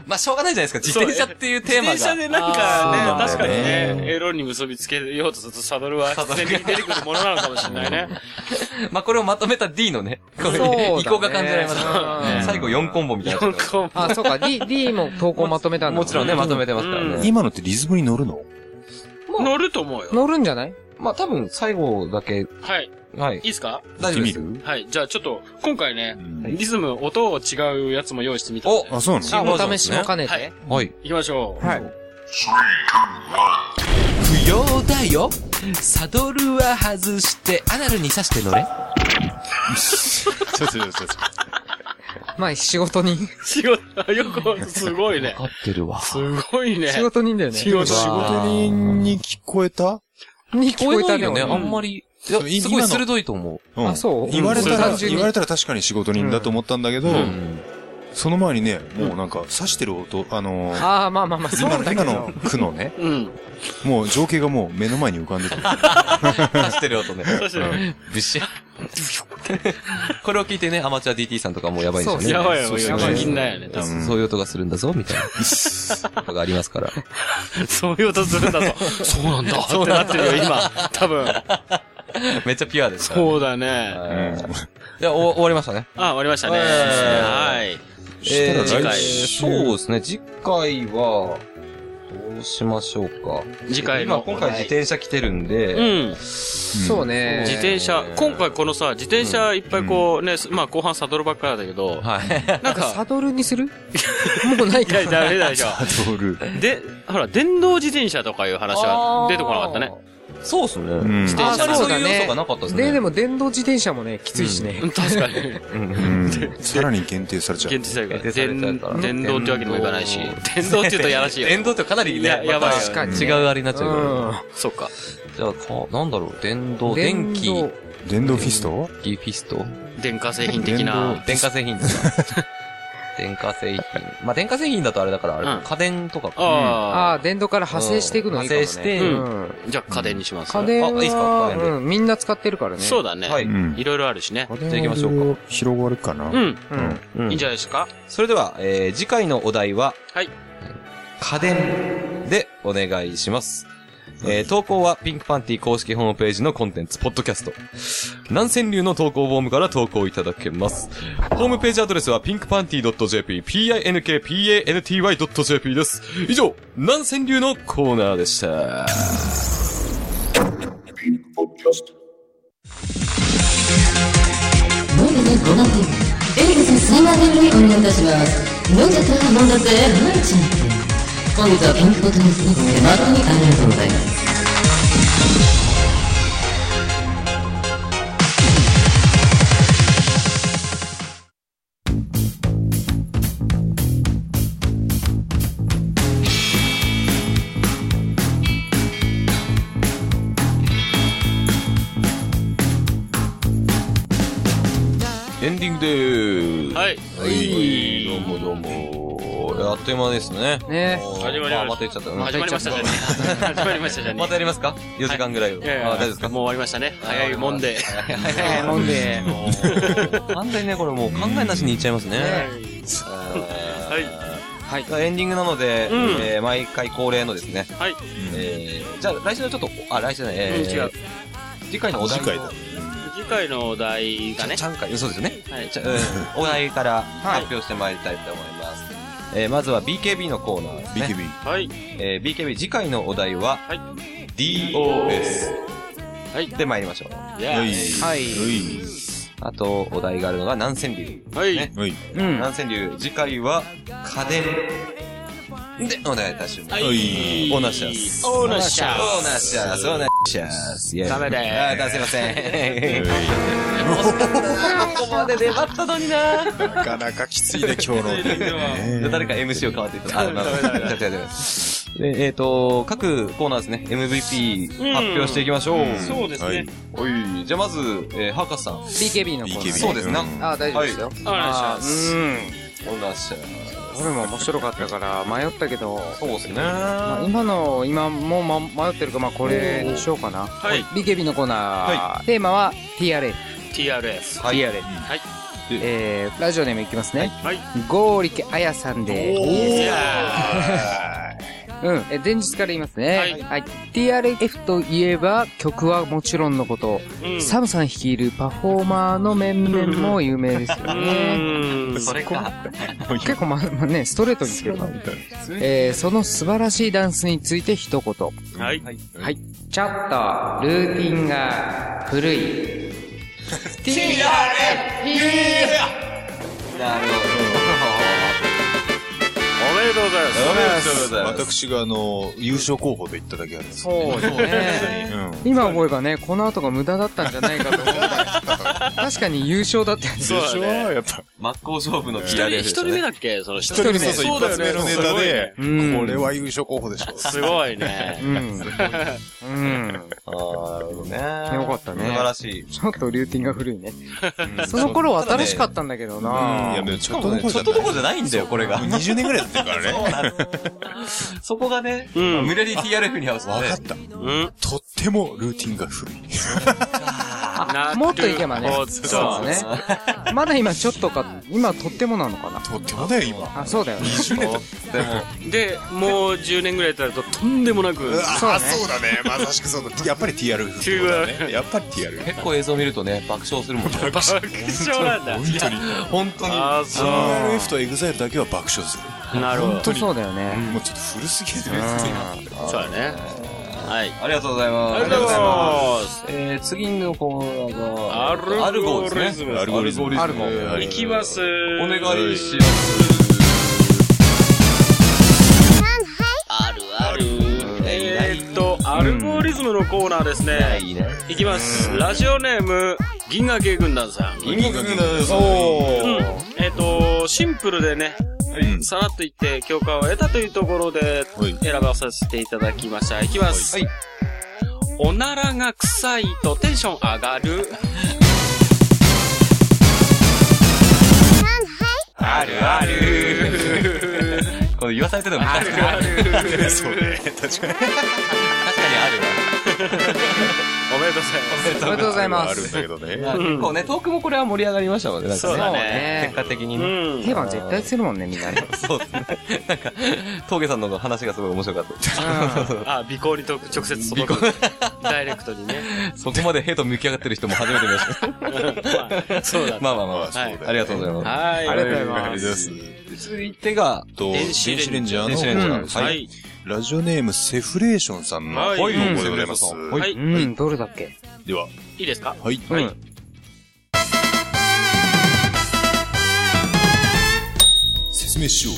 C: まあ、しょうがないじゃないですか。自転車っていうテーマ
F: 自
C: が。
F: 転車でなんかね、
C: あー
F: 確
C: そ
F: か
C: うなん
F: に
C: だよね
F: ね、エロに結びつけようとするとサドルは必然的に出てくるものなのかもしれない ね。
C: まあ、これをまとめた D のね、こ
D: そうだ
C: れ
D: ね
C: 意向が感じられます
D: う。ん
C: 最後4コンボみたいな。
F: 4コンボ。
D: あ、そうか。D、D も投稿まとめたんだ。
C: もちろんね、まとめてますからね。
E: 今のってリズムに乗るの
F: 乗ると思うよ。
D: 乗るんじゃない
C: まあ、多分最後だけ、
F: はい。
C: はい
F: い。いっすか
C: 大丈夫です
E: 見。る
F: はい。じゃあちょっと、今回ね、リズム、音を違うやつも用意してみた。
C: お
E: あ、そうな
D: あ、
E: の
D: お試しも兼ね
F: はい
D: て。
C: はい。
F: 行きましょう。
D: はい。
C: 不要だよ。サドルは外して、アナルに刺して乗れ。
E: ちょっとちょっとちょっと
D: まあ、仕事人。
F: 仕事、よく、すごいね。
C: 合ってるわ。
F: すごいね。
D: 仕事人だよね。
F: 仕事
E: 仕事人に聞こえた
D: に
C: 聞
D: 聞こ
C: こ
D: え
C: えな
D: た
C: いよね、
D: でも
C: あんまり。い
E: そう
C: や、
E: 今
C: すごい
E: の
C: 鋭いと思う。
E: うん
D: あそう
E: 言われた
D: うん単
E: ら、
D: 純に
E: 言われたら確かに仕事人だと思ったんだけど、その前にね、もうなんか刺してる音、あのー、
D: ああ、まあまあまあ、そう
E: 今
D: だ
E: の、
D: け
E: 今
D: ど。
E: の句のね、
F: うん。
E: もう情景がもう目の前に浮かんでた。
C: 刺してる音ね。
F: そして、
C: ブシャ。 これを聞いてね、アマチュア DT さんとかもやばいんですよね。
F: やばいやばい
D: そ
F: や
D: うそう
F: ばい。みんなやね。多分
C: そういう音がするんだぞ、みたいな。 ことがありますから。
F: そういう音するんだぞ。そうなんだ。そうなってるよ、今。多分。
C: めっちゃピュアですからね。
F: そうだね。
C: うんじゃあ、お終わりましたね。
F: あ、終わりましたね。
C: えー
F: はい。
E: したら
F: 次回
E: 来週
C: そうですね、次回は、どうしましょうか。
F: 次回
C: 今、
F: の。
C: 今回自転車来てるんで、
F: うん。
D: そうね。
F: 自転車、今回このさ、自転車いっぱいこうね、まあ後半サドルばっかだけど、
C: はい。
F: なん
D: サ
F: か、
D: ドルにするもうない
F: い
D: か
F: や、
D: ら。
F: ダメだでし ょ。
E: ドル。
F: で、ほら、電動自転車とかいう話は出てこな かったね。。
C: そうっすね。
E: ん
C: 自転車に
D: あそ
C: そうう
D: だ
C: い
D: ね
C: う要素がなかったですね。
D: で、でも電動自転車もね、きついしね。
F: うん確かに。
E: うんさらに限定されちゃ
F: 限
E: う。
F: 定されるから。
C: 限定されちゃうから
F: 電電動ってわけにもいかないし。電動って言うとやらしいよ。
C: 電動ってかなり
F: いや
C: ね、
F: やばいよ
C: また
F: 確
D: かにね
C: 違うあれになっちゃうから
F: そっか。
C: じゃあか、なんだろう、電動、電
D: 電
C: 気、
D: 動
E: 電動フィスト
C: ギフィスト
F: 電化製品的な。
C: 電化製品とか。電化製品。まあ、電化製品だとあれだから、あれ、
F: うん
C: 家電とかか。
D: あ
F: あ
D: あ、電動から派生していくのいいかもね。
C: 派生して
D: うん。
F: あ。じゃあ家電にします
D: 家電
C: あいいですか
D: は、
C: 家電で
D: うん、みんな使ってるからね。
F: そう
D: う。
F: だね。
C: はい。
A: うん。
F: いろいろあるしね。
A: じ
C: ゃあ行きましょう
A: か。広がるかな。
F: うん。
D: うん。
F: いいんじゃないですか
C: それでは、えー、次回のお題は、
F: はい。
C: 家電でお願いします。えー投稿はピンクパンティ公式ホームページのコンテンツ、ポッドキャスト。南川流の投稿フォームから投稿いただけます。ホームページアドレスは pinkpanty.jp、pinkpanty.jp です。以上、南川流のコーナーでした。
G: ピンクポッドキャスト。
H: 飲んでね、ごなんて。エリクセンサイバーベルにお願いいたします。飲んじゃったら飲んだぜ、はいちゃん本日はピンクボトルスイーツ、誠にありがとうございます。
C: エンディングでーす。
F: はい。
C: はい。どうもどうも。あっという間ですね。
D: ね
C: もう
F: 始まりました
C: あまた言っちゃった。うん
F: 始まりましたじゃねえ 始まりましたじゃねえ
C: またやりますか ?4 時間ぐらいを。
F: いやいや
C: あ大丈夫ですか
F: もう終わりましたね。早いもんで。
D: えー、飲んで。
C: 完全にね、これもう考えなしにいっちゃいますね。はいい。はい。エンディングなので、
F: うん
C: えー毎回恒例のですね。
F: はい。
C: えーじゃあ来週のちょっと、あ、来週じゃない、
F: うん
C: えー
F: 違う。
C: 次回のお題を。
A: 次回だ
F: 次回のお題がね
C: ち。ゃんかいそうですよね。
F: はい。
C: じゃあうんお題から発表してまいりたいと思います。えーまずは BKB のコーナーですね。
A: BKB。
F: はい。
C: えー BKB 次回のお題は、
F: はい
C: DOS
F: はい。
C: で参りましょう。
A: は
F: Yeah
A: い。
D: はい
C: あと、お題があるのが南千流。
F: はい。
C: ね
A: はい。
D: うん。
C: 南千流、次回は家電でお願いいたします。
A: はい
C: オーナーシャス。
F: オーナーシャス
C: オーナーシャス。オーナーシャス。イェイ
F: ダメです
C: あーだすいません。
D: ここまで出張ったのにな。
A: なかなかきついね、 今日の。
C: で誰か MC を変わっていただいて。あ、まあまあ、違う違う違うでえっ、と、各コーナーですね、MVP
F: うん
C: 発表していきましょう。
F: そうですね。
C: おい、じゃあまず、えー、ハーカスさん。
D: BKB のコーナーね。
A: BKB
C: そうですね。
D: ああ、大丈夫ですよ。
F: あ
D: あー
C: オーナーシャ
D: うん。これも面白かったから迷ったけど、
C: そうですね。
D: まあ
C: は
D: 今の、今もうま迷ってるか、まあこれにしようかな。
F: はい。
D: BKB のコーナー、テーマは
F: TRF。
D: TRF。
C: い。
D: TRF。
F: はい。
D: えー、ラジオネームいきますね。
F: はい。
D: ゴーリケアヤさんで。
F: いや
D: うん。えー前日から言いますね。
F: はい
D: はい。TRF といえば曲はもちろんのこと、
F: ーうん
D: サムさん率いるパフォーマーの面々も有名ですよね。
F: うん
C: それか。
D: 結構ま、まあね、ストレートにつけるな。えー、その素晴らしいダンスについて一言。
F: はい。
D: はい。ちょっと、ルーティンが古い。
C: なる
F: おめでとうございます。
C: ほど。
A: 私があの、優勝候補と言っただけあります。
D: そうですね。
A: う
D: 今思えばね、この後が無駄だったんじゃないかと思うぐらい確かに優勝だったよね。
F: そうだね。
A: やっぱ。
C: 真っ向勝負の
F: 一人、一人目だっけその一
D: 人目
A: そうそう、
F: そう
A: 一
F: だよ
A: 発
F: ね
A: 目のネタで、
D: うん
A: これは優勝候補でしょ。
F: すごいね
D: う。ん。うん。
C: ああ、なるほどね。よ
D: かったね
C: 素晴らしい。
D: ちょっとルーティンが古いね。その頃は新しかったんだけど
A: い
D: な
A: や、でもちょっとどころ
C: ち
A: じ
C: ょ
A: ゃ
C: っとどこ
A: な
C: ろじゃないんだよ、これが。
A: い。20年ぐらいやってる からね。
C: そこがね、
F: ん
C: 無理やり TRF に合わせて。
A: わかった。
F: うん。
A: とってもルーティンが古い。
F: な
D: もっといけばね
F: るほど
D: そうだね。まだ今ちょっとか、今とってもなのかな。
A: とってもだよ、今。
D: あ、そうだよね。
A: 20年だ。
C: でも、
F: で、もう10年ぐらい経るととんでもなく。
D: そうだ
A: あ、
D: ね
A: そうだね。まさしくそうだ。やっぱり TR 風だね。やっぱり TR。
C: 結構映像見るとね、爆笑するもんね。
F: 爆笑なんだ。
A: 本当に。
C: 本当に。
F: ああ、そう。
A: TRF と EXILE だけは爆笑する。
F: なるほ
D: ほんとそうだよね。
A: もうちょっと古すぎるね。
F: ど。そうだね。はい。
C: ありがとうございます。
F: ありがとうございます。
C: えー、次のコーナーが、
F: アルゴリズム。
A: アルゴリズム。
D: アルゴ
A: はい
F: きます。
C: お
F: お
C: 願いします。
F: ある。えーっと、アルゴリズムのコーナーですね。
C: いいね。
F: いきます。ラジオネーム、銀河系軍団さん。
C: 意味が
F: うん。えっ、と、シンプルでね、さらっと言って共感を得たというところで
A: はい
F: 選ばさせていただきました。いきます。
C: はい
F: おならが臭いとテンション上がる。
C: あるある これ言わされてるのも確かにある。
A: そうね。確かに。
C: 確かに あるわ。
F: おめでとうございます。
D: おめでとうございま
A: あるん
D: す。
A: だけどね。
C: まあ結構ね、トークもこれは盛り上がりましたもんね、なんかね
F: そうだ
D: ね
C: 結果的に
F: う
C: ね。
F: ん。
D: 定番絶対するもんね、みんなね。
C: そうですね。 なんか、峠さんの話がすごい面白か った。
F: あ、尾行にと直接届く。ダイレクトにね。
C: そこまでヘイと向き上がってる人も初めて見ました。
F: まあそうだね。
C: まあまあま
A: そ
C: あ、
A: うだよね
C: ありがとうございます。
F: はい。ありがとうござい
A: あ
F: ま
A: り
F: す。
A: がとうござい
C: 続いてが、
A: と、電
F: 電子レンジ
A: 子レンジャーの、
C: 電子レンジャーです
A: は。。
C: はい
A: ラジオネーム、セフレーションさんの、
F: はい
A: 声の声でございます。
C: は
F: はい。
D: うん、どれだっけ
A: では、
F: いいですか
A: はい。
D: はい
E: 説明しよう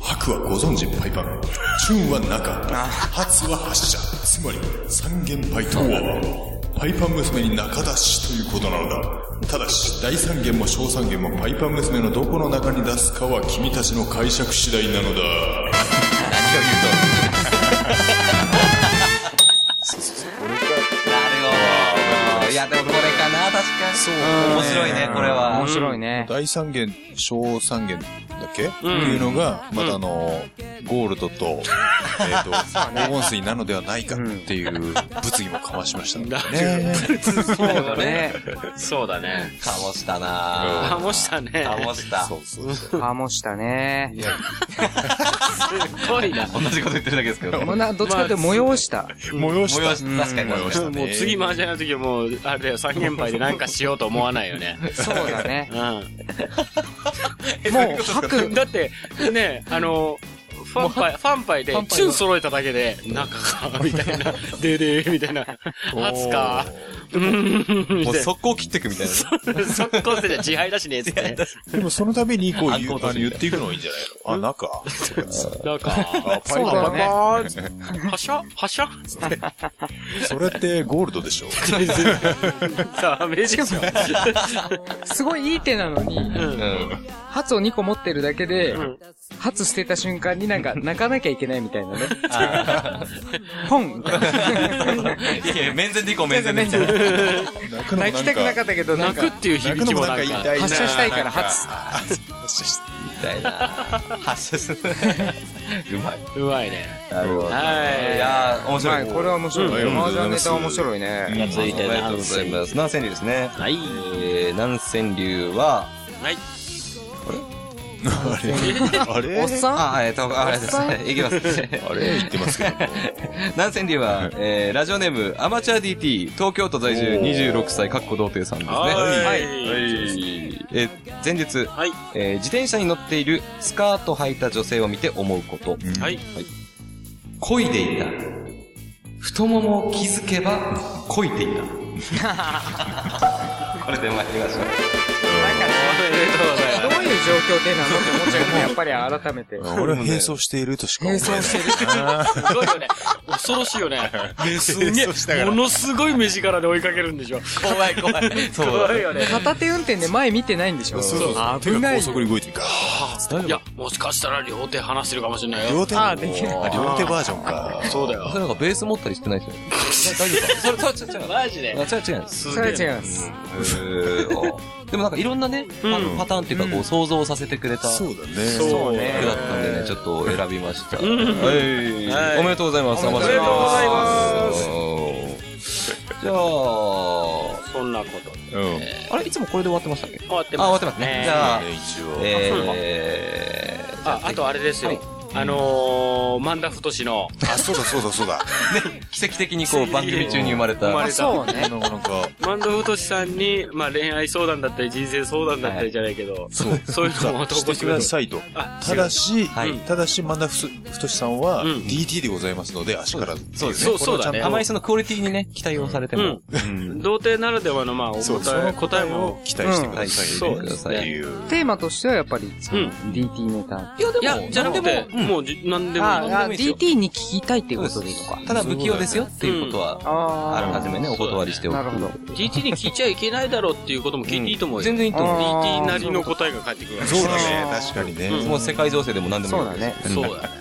E: 白はご存知パイパンチューンは中初は発射つまり三元パイとはパイパン娘に仲出しということなのだただし大三元も小三元もパイパン娘のどこの中に出すかは君たちの解釈次第なの
C: 何を
E: だ
C: 言うと。なるほど。いや、でもこれかな、確かに。そう。面白いね、これは。
D: 面白いね。
A: 大三元、小三元だっけ、っていうのが、またあの、ゴールドと、えっ、と、黄金水なのではないかっていう物議もかわしましたのでね。
F: そうだ
D: ね。
F: そうだね。
C: かもしたな
F: かもしたね。
C: かもした。
A: そうそうそう。
D: かもしたね。
F: すごいな。
C: 同じこと言ってるだけですけどね。
D: もうなどっちかというと催した。
A: 催し
C: 催し、確かに催した。
F: もう次麻雀の時はもう、あれだよ、三連敗でなんかしようと思わないよ ね。
D: そうだね。
F: う
D: もう、吐
F: ん。
D: く。
F: だって、ね、あの、ファンパイ、ファンパイで、チュン揃えただけで、中か、みたい な、ででみたいな、初か、 うーん、み
C: もう
F: たいな。
C: 速攻切ってくみたいな。
F: 速攻してじゃ自敗だしね、つって。
A: でもそのために、こう言う、
C: 暗号と
A: あの
C: して
A: 言っていくのがいいんじゃないのあ、中。
F: 中。は
A: パイ
D: そうだよね
A: パン
F: しゃはしゃ
A: それってゴールドでしょ
F: ダメじゃん。
D: すごいいい手なのに、
C: うん。
D: ハを2個持ってるだけで
F: ん、
D: ハ捨てた瞬間になんか泣かなきゃいけないみたいなね。ポンみた い
C: い
D: な
C: やいや、面前で行こう、面前で。
D: 全然全然
A: 泣くのもなん
D: 泣
A: か
D: きたくなかったけど、なん
F: 泣く
D: か
F: っ、ていう響きもなんか。
D: 発射したいから初。
C: み たいな。発射する。 うまい。
F: うまいね。
C: なるほど。い
F: は
C: やー、面
D: は
C: 白
D: い、
C: い。
D: これは面白い。
A: うん
D: 麻雀ネタ面白いね。
F: い。続い
C: おめ
F: て、
C: でとうございます。南千流ですね。
F: はい。
C: えー、南千流は、
F: はい。
A: あれ
D: お
A: あ
D: っ
A: れ
D: さん
C: あ、えっと、あれですね。いきます。
A: あれ言ってますけど。
C: 南千流は、えー、ラジオネーム、アマチュア DT、東京都在住26歳、かっこ童貞さんですね。
F: はい
C: はいえー、前日、
F: はい。
C: えー、自転車に乗っているスカート履いた女性を見て思うこと。
F: はい。
C: 漕いでいた。太ももを気づけば、漕いでいた。これで参りましょう。
D: どういう状況でなのって思っちゃうけど、やっぱり改めて。
A: 俺は並走しているとしか思えない。
F: すごいよね。恐ろしいよね。すげえ、ものすごい目力で追いかけるんでしょ。
C: 怖い怖い。 そう。
F: 怖いよね。
D: 片手運転で前見てないんでしょ
A: そうそうそう。手
D: 危
A: が
D: ない
A: 高。速に動いてるから。
F: いや、もしかしたら両手離してるかもしれないよ。
A: 両手あ、両手バージョンか。
F: そうだ
C: そ
F: よ。
C: れなんかベース持ったりしてないですよね。大丈夫かそれ、それ、違う違う。
F: マジで。
C: あ、違う違う。
F: す
D: それは違います。
C: でもなんかいろんなね、パ
F: うん
C: パターンっていうかこう想像させてくれた
A: そうだね。
F: そうね。
C: 服だったんでね、ちょっと選びました。はい
F: はい
C: おめでとうございます。
D: おめでとうご
F: ざいます
C: す。じゃあ、
F: そんなこと。
A: うん。
C: あれいつもこれで終わってましたっけ
F: 終わって
C: あ、終わ
F: ま
C: っ
F: す。
C: てますね。
F: ね
C: じゃあ、
A: 一応。
C: えー、
F: あ、あとあれですよ。あのー、万田太志の、
A: あ、そうだそうだそうだ。
C: 奇跡的にこう番組中に生まれた。
F: 生ま
D: あ、
F: れ
D: そう
A: あ
D: ね。
A: の、なんか、
F: 万田太志さんに、まあ恋愛相談だったり人生相談だったりじゃないけど、
A: そう。
F: そういうのも投
A: し
F: 稿
A: てく
F: してくれ
A: だ
F: る。
A: さいと。
F: あ、
A: ただし
C: はい、
A: ただし、真田ふとしさんは
F: うん
A: DT でございますので、足から。そうです
F: ねそうだね
C: あまりそのクオリティにね、期待をされても。うん
F: 童貞ならではの、まあ、お
A: そう、そ
F: 答え、
A: の
F: 答えも、
A: 期待してくださいね。
F: そう
C: く
F: で
C: だ
F: す
C: さ
A: っ
C: い
A: て
F: ね。
A: いう。
D: テーマとしてはやっぱり、その
F: うん
D: DT ネタ。
F: いや、じゃなくて、もうじ、なんでもいいの。
D: ああ、
C: いいですよ
D: DT に聞きたいっていうことでいいのか。
C: ただ不器用ですよっていうことは、
D: あ
C: あら
D: あ。
C: かじめね、お断りしておく。
D: なるほど。
F: DT に聞いちゃいけないだろうっていうことも聞いていいと思うよ。
C: 全然いいと思う。
D: あー
F: DT なりの答えが返ってくるわけ
A: そうだね、確かにね。
C: もう世界情勢でも何でもいいわけです
F: そうだね。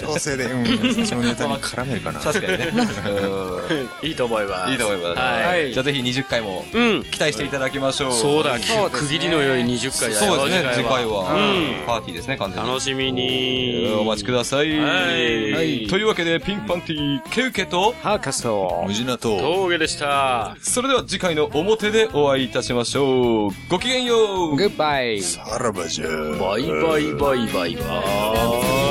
A: 調整で、 うん、そのネタに絡めるかな。
C: 確かにね。
F: いいと思います。
C: いいと思います。
F: はい
C: じゃあぜひ20回も
F: うん。
C: 期待していただきましょう。
F: そうだ、
D: そうですね
F: 区切りの良い20回だよ。
C: そうですね、次
F: 次
C: 回
F: 回は。
C: は。パーティーですね、完全に。
F: 楽しみに。い
C: お待ちください。
F: はい
C: というわけで、ピンクパンティー、ケウケと、
D: ハーカスト
A: 無事なと、
F: 峠でした。
C: それでは次回の表でお会いいたしましょう。ごきげんよう
D: グッバイ
A: さらばじゃ。
F: バイバイバイバイバイ。